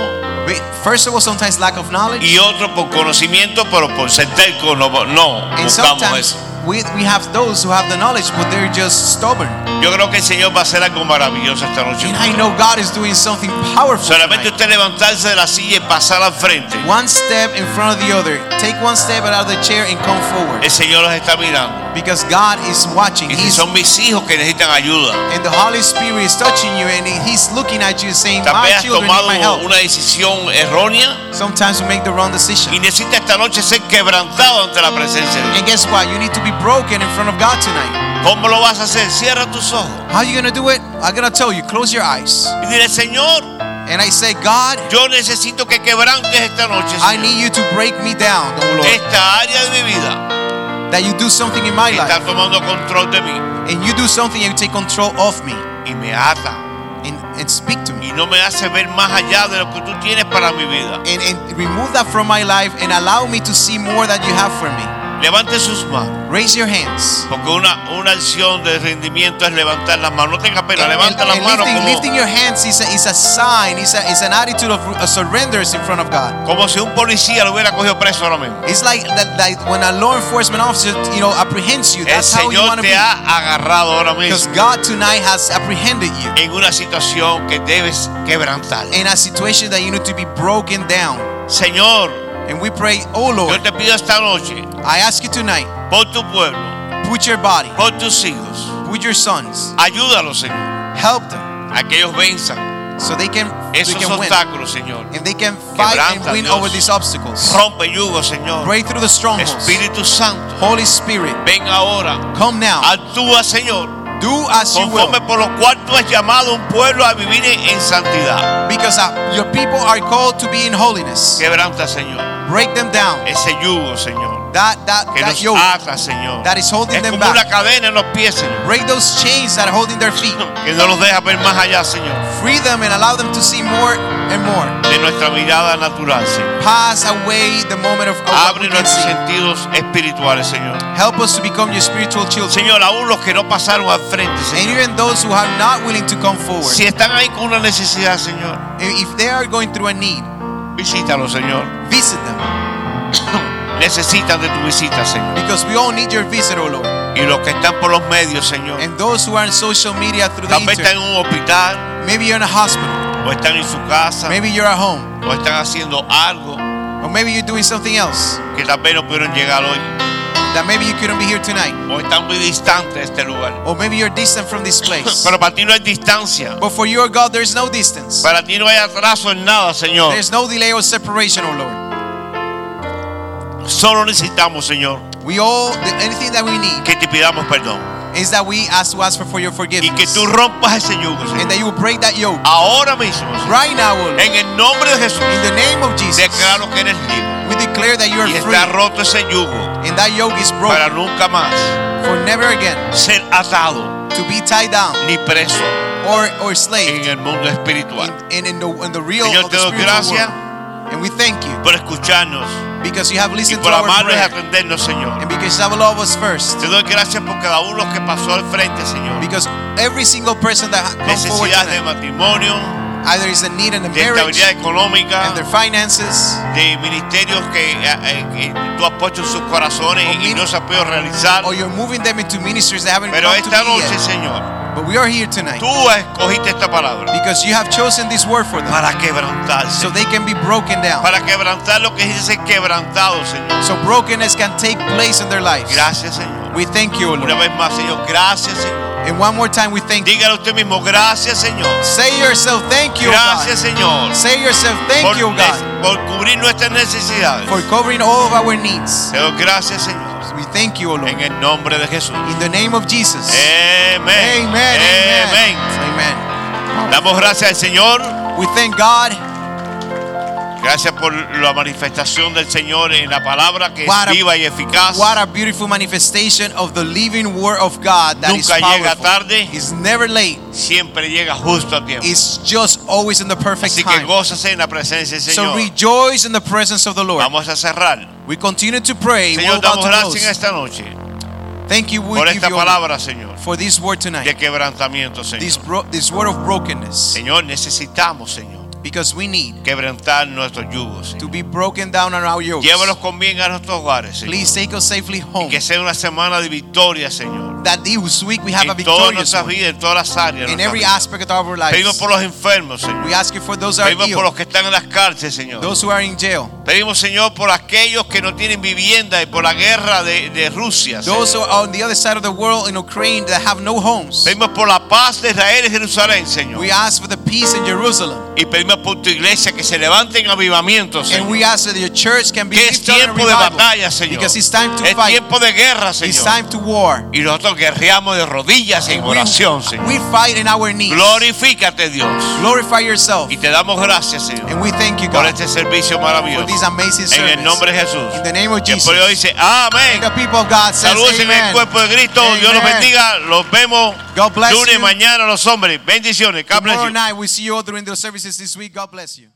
Speaker 3: We- First of all, sometimes lack of knowledge,
Speaker 5: y otro por conocimiento, pero por ser terco no, no
Speaker 3: and
Speaker 5: buscamos
Speaker 3: sometimes
Speaker 5: eso.
Speaker 3: we, we have those who have the knowledge but they're just stubborn.
Speaker 5: Yo creo que el Señor va a hacer algo maravilloso esta noche.
Speaker 3: And I know God is doing something powerful.
Speaker 5: Solamente
Speaker 3: tonight.
Speaker 5: usted levantarse de la silla y pasar al frente.
Speaker 3: One step in front of the other. Take one step out of the chair and come forward.
Speaker 5: El Señor los está mirando.
Speaker 3: Because God is watching.
Speaker 5: Y si
Speaker 3: He's,
Speaker 5: son mis hijos que necesitan ayuda,
Speaker 3: and the Holy Spirit is touching you, and He's looking at you, saying,
Speaker 5: tal
Speaker 3: "My
Speaker 5: vez has
Speaker 3: children need
Speaker 5: tomado
Speaker 3: my help."
Speaker 5: una decisión errónea
Speaker 3: Sometimes we make the wrong decision,
Speaker 5: y necesita esta noche ser quebrantado ante la presencia de Dios.
Speaker 3: and guess what? You need to be broken in front of God tonight.
Speaker 5: ¿Cómo lo vas a hacer? Cierra tus ojos
Speaker 3: How you gonna do it? I'm gonna tell you. Close your eyes,
Speaker 5: y dile, Señor,
Speaker 3: and I say, God,
Speaker 5: Yo necesito que quebrantes esta noche.
Speaker 3: I
Speaker 5: Señor,
Speaker 3: need you to break me down, oh Lord,
Speaker 5: Esta área de mi vida
Speaker 3: that you do something in my
Speaker 5: que está
Speaker 3: life,
Speaker 5: tomando control de mí
Speaker 3: and you do something and you take control of me,
Speaker 5: y me ata
Speaker 3: and, and speak to me,
Speaker 5: y no me hace ver más allá de lo que tú tienes para mi vida.
Speaker 3: and, and remove that from my life, and allow me to see more that you have for me.
Speaker 5: Levante sus manos,
Speaker 3: Raise your hands.
Speaker 5: porque una, una acción de rendimiento es levantar las manos. No tenga pena,
Speaker 3: And-
Speaker 5: levanta
Speaker 3: and-
Speaker 5: las
Speaker 3: and
Speaker 5: manos
Speaker 3: lifting,
Speaker 5: como,
Speaker 3: lifting your hands is a, is a sign, is, a, is an attitude of uh, surrender in front of God.
Speaker 5: como si un policía lo hubiera cogido preso ahora mismo.
Speaker 3: It's like that, like when a law enforcement officer, you know, apprehends you.
Speaker 5: El
Speaker 3: That's how you
Speaker 5: Señor
Speaker 3: want to
Speaker 5: te
Speaker 3: be.
Speaker 5: ha agarrado ahora
Speaker 3: Because
Speaker 5: mismo
Speaker 3: God tonight has apprehended you
Speaker 5: en una situación que debes quebrantar.
Speaker 3: in a situation that you need to be broken down.
Speaker 5: Señor,
Speaker 3: And we pray, oh
Speaker 5: yo
Speaker 3: Lord,
Speaker 5: te pido esta noche,
Speaker 3: I ask you tonight,
Speaker 5: por tu pueblo,
Speaker 3: put your body,
Speaker 5: por tus hijos,
Speaker 3: put your sons,
Speaker 5: ayúdalos, Señor.
Speaker 3: help them
Speaker 5: a que ellos venzan
Speaker 3: so they can, they
Speaker 5: esos
Speaker 3: can win.
Speaker 5: obstáculos, Señor.
Speaker 3: And they can fight
Speaker 5: Quebranta,
Speaker 3: and win
Speaker 5: Dios.
Speaker 3: over these obstacles.
Speaker 5: Rompe yugos, Señor.
Speaker 3: Break through the strongholds.
Speaker 5: Espíritu Santo,
Speaker 3: Holy Spirit,
Speaker 5: ven ahora.
Speaker 3: come now.
Speaker 5: Actúa, Señor,
Speaker 3: Do as you will.
Speaker 5: conforme por lo cual tú has llamado a un pueblo a vivir en en santidad.
Speaker 3: Because uh, your people are called to be in holiness.
Speaker 5: Quebranta, Señor,
Speaker 3: Break them down.
Speaker 5: ese yugo, Señor.
Speaker 3: That that
Speaker 5: que
Speaker 3: that
Speaker 5: nos
Speaker 3: yoke
Speaker 5: ata, Señor.
Speaker 3: that is holding
Speaker 5: es
Speaker 3: them
Speaker 5: como
Speaker 3: back.
Speaker 5: una cadena en los pies, Señor,
Speaker 3: break those chains that are holding their feet.
Speaker 5: que no nos deja ver más allá, Señor,
Speaker 3: Free them and allow them to see more and more.
Speaker 5: de nuestra mirada natural, Señor.
Speaker 3: Pass away the moment of of Oh, what we can
Speaker 5: Abre nuestros
Speaker 3: see.
Speaker 5: sentidos espirituales, Señor.
Speaker 3: Help us to become your spiritual children.
Speaker 5: Señor, aún los que no pasaron al frente,
Speaker 3: And
Speaker 5: Señor.
Speaker 3: even those who are not willing to come forward,
Speaker 5: Si están ahí con una necesidad, Señor,
Speaker 3: if they are going through a need,
Speaker 5: visítalos, Señor.
Speaker 3: visit them.
Speaker 5: Necesitan de tu visita, Señor.
Speaker 3: Because we all need your visit, O Lord.
Speaker 5: Y los que están por los medios, Señor.
Speaker 3: And those who are on social media through the
Speaker 5: Tal vez están en
Speaker 3: internet,
Speaker 5: un hospital,
Speaker 3: maybe you're in a hospital,
Speaker 5: o están en su casa,
Speaker 3: maybe you're at home,
Speaker 5: o están haciendo algo
Speaker 3: or maybe you're doing something else
Speaker 5: que tal vez no pudieron llegar hoy,
Speaker 3: that maybe you couldn't be here tonight,
Speaker 5: o están muy distantes de este lugar.
Speaker 3: or maybe you're distant from this place.
Speaker 5: Pero para ti no hay distancia.
Speaker 3: But for your God, there's no distance.
Speaker 5: Para ti no hay atraso en nada, Señor.
Speaker 3: There's no delay or separation, O Lord.
Speaker 5: Solo necesitamos, Señor,
Speaker 3: We all, the, anything that we need
Speaker 5: que te pidamos perdón.
Speaker 3: is that we ask to ask for, for your
Speaker 5: Y que
Speaker 3: forgiveness.
Speaker 5: tú rompas ese yugo,
Speaker 3: And
Speaker 5: Señor.
Speaker 3: that you will break that yoke
Speaker 5: Ahora mismo, Señor.
Speaker 3: right now, O Lord.
Speaker 5: En el nombre de Jesús,
Speaker 3: In the name of Jesus,
Speaker 5: declaro que eres libre.
Speaker 3: we declare that you are
Speaker 5: Y está
Speaker 3: free
Speaker 5: roto ese yugo
Speaker 3: and that yoke is
Speaker 5: para
Speaker 3: broken
Speaker 5: nunca más
Speaker 3: for never again
Speaker 5: ser atado
Speaker 3: to be tied down
Speaker 5: ni preso
Speaker 3: or, or
Speaker 5: en
Speaker 3: slave
Speaker 5: el mundo espiritual.
Speaker 3: in, in, in the, in the real
Speaker 5: Señor,
Speaker 3: of
Speaker 5: te
Speaker 3: the
Speaker 5: doy
Speaker 3: spiritual
Speaker 5: gracias
Speaker 3: world. And we thank you
Speaker 5: por escucharnos
Speaker 3: because you have
Speaker 5: y
Speaker 3: listened to
Speaker 5: por
Speaker 3: our
Speaker 5: amarnos y
Speaker 3: prayer
Speaker 5: atendernos, Señor.
Speaker 3: and because you have loved us first.
Speaker 5: Te doy gracias por cada uno que pasó al frente, Señor.
Speaker 3: Because every single person that ha- come forward
Speaker 5: Necesidades de
Speaker 3: tonight,
Speaker 5: matrimonio,
Speaker 3: either is a need in a
Speaker 5: de
Speaker 3: marriage
Speaker 5: estabilidad económica,
Speaker 3: and their finances,
Speaker 5: de ministerios que, eh, eh, que tú has puesto en sus corazones y no se ha podido realizar.
Speaker 3: or you're moving them into ministries that haven't
Speaker 5: Pero
Speaker 3: come to
Speaker 5: esta
Speaker 3: be
Speaker 5: noche,
Speaker 3: yet.
Speaker 5: Señor,
Speaker 3: But we are here tonight
Speaker 5: tú escogiste esta palabra
Speaker 3: because you have chosen this word for them
Speaker 5: para quebrantarse.
Speaker 3: so they can be broken down.
Speaker 5: Para quebrantar lo que dice ser quebrantado, Señor.
Speaker 3: So brokenness can take place in their lives.
Speaker 5: Gracias, Señor.
Speaker 3: We thank you, O
Speaker 5: Una
Speaker 3: Lord.
Speaker 5: vez más, Señor, gracias, Señor.
Speaker 3: And one more time, we thank you.
Speaker 5: Dígale usted mismo, gracias, Señor.
Speaker 3: Say yourself, thank you, O
Speaker 5: Gracias,
Speaker 3: God.
Speaker 5: Señor.
Speaker 3: Say yourself,
Speaker 5: por,
Speaker 3: thank you, O God,
Speaker 5: nes- por cubrir nuestras necesidades.
Speaker 3: for covering all of our needs.
Speaker 5: Te doy gracias, Señor.
Speaker 3: We thank you, O
Speaker 5: En
Speaker 3: Lord.
Speaker 5: el nombre de Jesús.
Speaker 3: In the name of Jesus. Amen.
Speaker 5: Amén.
Speaker 3: Amen.
Speaker 5: Amén.
Speaker 3: Amen.
Speaker 5: Damos gracias al Señor.
Speaker 3: We thank God.
Speaker 5: Gracias por la manifestación del Señor en la palabra que
Speaker 3: What a-
Speaker 5: es viva y eficaz.
Speaker 3: What a beautiful manifestation of the living word of God that is
Speaker 5: Nunca llega
Speaker 3: powerful.
Speaker 5: tarde.
Speaker 3: It's never late.
Speaker 5: Siempre llega justo a tiempo.
Speaker 3: It's just always in the perfect
Speaker 5: Así que
Speaker 3: time.
Speaker 5: gózase en la presencia del
Speaker 3: So
Speaker 5: Señor.
Speaker 3: rejoice in the presence of the Lord.
Speaker 5: Vamos a cerrar.
Speaker 3: We continue to pray. We're
Speaker 5: Señor,
Speaker 3: about
Speaker 5: damos
Speaker 3: to
Speaker 5: gracias en
Speaker 3: close.
Speaker 5: esta noche
Speaker 3: Thank you, we
Speaker 5: por
Speaker 3: give
Speaker 5: esta
Speaker 3: you honor
Speaker 5: palabra, Señor,
Speaker 3: for this word
Speaker 5: de
Speaker 3: tonight.
Speaker 5: quebrantamiento,
Speaker 3: This,
Speaker 5: Señor.
Speaker 3: bro- this word of brokenness.
Speaker 5: Señor, necesitamos, Señor,
Speaker 3: Because we need
Speaker 5: quebrantar nuestros yugos. Señor.
Speaker 3: to be broken down on our yokes.
Speaker 5: Llévalos con bien a nuestros hogares, Señor.
Speaker 3: Please take us safely home.
Speaker 5: Que sea una semana de victoria, Señor.
Speaker 3: That this week we have a
Speaker 5: En todas
Speaker 3: victorious
Speaker 5: nuestras
Speaker 3: one.
Speaker 5: vidas, en todas las áreas. de
Speaker 3: in
Speaker 5: nuestra
Speaker 3: every
Speaker 5: vida.
Speaker 3: aspect of our
Speaker 5: Pedimos
Speaker 3: lives.
Speaker 5: por los enfermos, Señor.
Speaker 3: We ask you for those that are
Speaker 5: Pedimos por los
Speaker 3: ill,
Speaker 5: que están en las cárceles, Señor.
Speaker 3: those who are in jail.
Speaker 5: Pedimos, Señor, por aquellos que no tienen vivienda y por la guerra de, de Rusia. Señor.
Speaker 3: Those who are on the other side of the world in Ukraine that have no homes.
Speaker 5: Pedimos por la paz de Israel y Jerusalén, Señor.
Speaker 3: We ask for the peace in Jerusalem.
Speaker 5: Y pedimos por tu iglesia que se levanten avivamientos,
Speaker 3: And
Speaker 5: Señor.
Speaker 3: we ask that your church can be
Speaker 5: Que es
Speaker 3: lifted on a
Speaker 5: tiempo de
Speaker 3: revival.
Speaker 5: batalla, Señor.
Speaker 3: Because it's time to
Speaker 5: es
Speaker 3: fight.
Speaker 5: tiempo de guerra,
Speaker 3: It's
Speaker 5: Señor.
Speaker 3: time to war.
Speaker 5: Y nosotros guerreamos de rodillas en
Speaker 3: And we,
Speaker 5: oración, Señor.
Speaker 3: we fight in our knees.
Speaker 5: Glorifícate, Dios.
Speaker 3: Glorify yourself.
Speaker 5: Y te damos gracias, Señor,
Speaker 3: And we thank you,
Speaker 5: por
Speaker 3: God,
Speaker 5: este servicio
Speaker 3: for
Speaker 5: maravilloso.
Speaker 3: this amazing
Speaker 5: En
Speaker 3: service.
Speaker 5: el nombre de Jesús.
Speaker 3: In the name of
Speaker 5: Y el pueblo
Speaker 3: Jesus.
Speaker 5: dice,
Speaker 3: And
Speaker 5: amén.
Speaker 3: the people of God says,
Speaker 5: Saludos en el
Speaker 3: Amen.
Speaker 5: cuerpo de Cristo. Dios los
Speaker 3: Amen.
Speaker 5: bendiga. Los vemos
Speaker 3: God bless
Speaker 5: lunes,
Speaker 3: you.
Speaker 5: mañana, los hombres. Bendiciones. God bless
Speaker 3: Tomorrow
Speaker 5: you.
Speaker 3: night we see you all during the services this week. God bless you.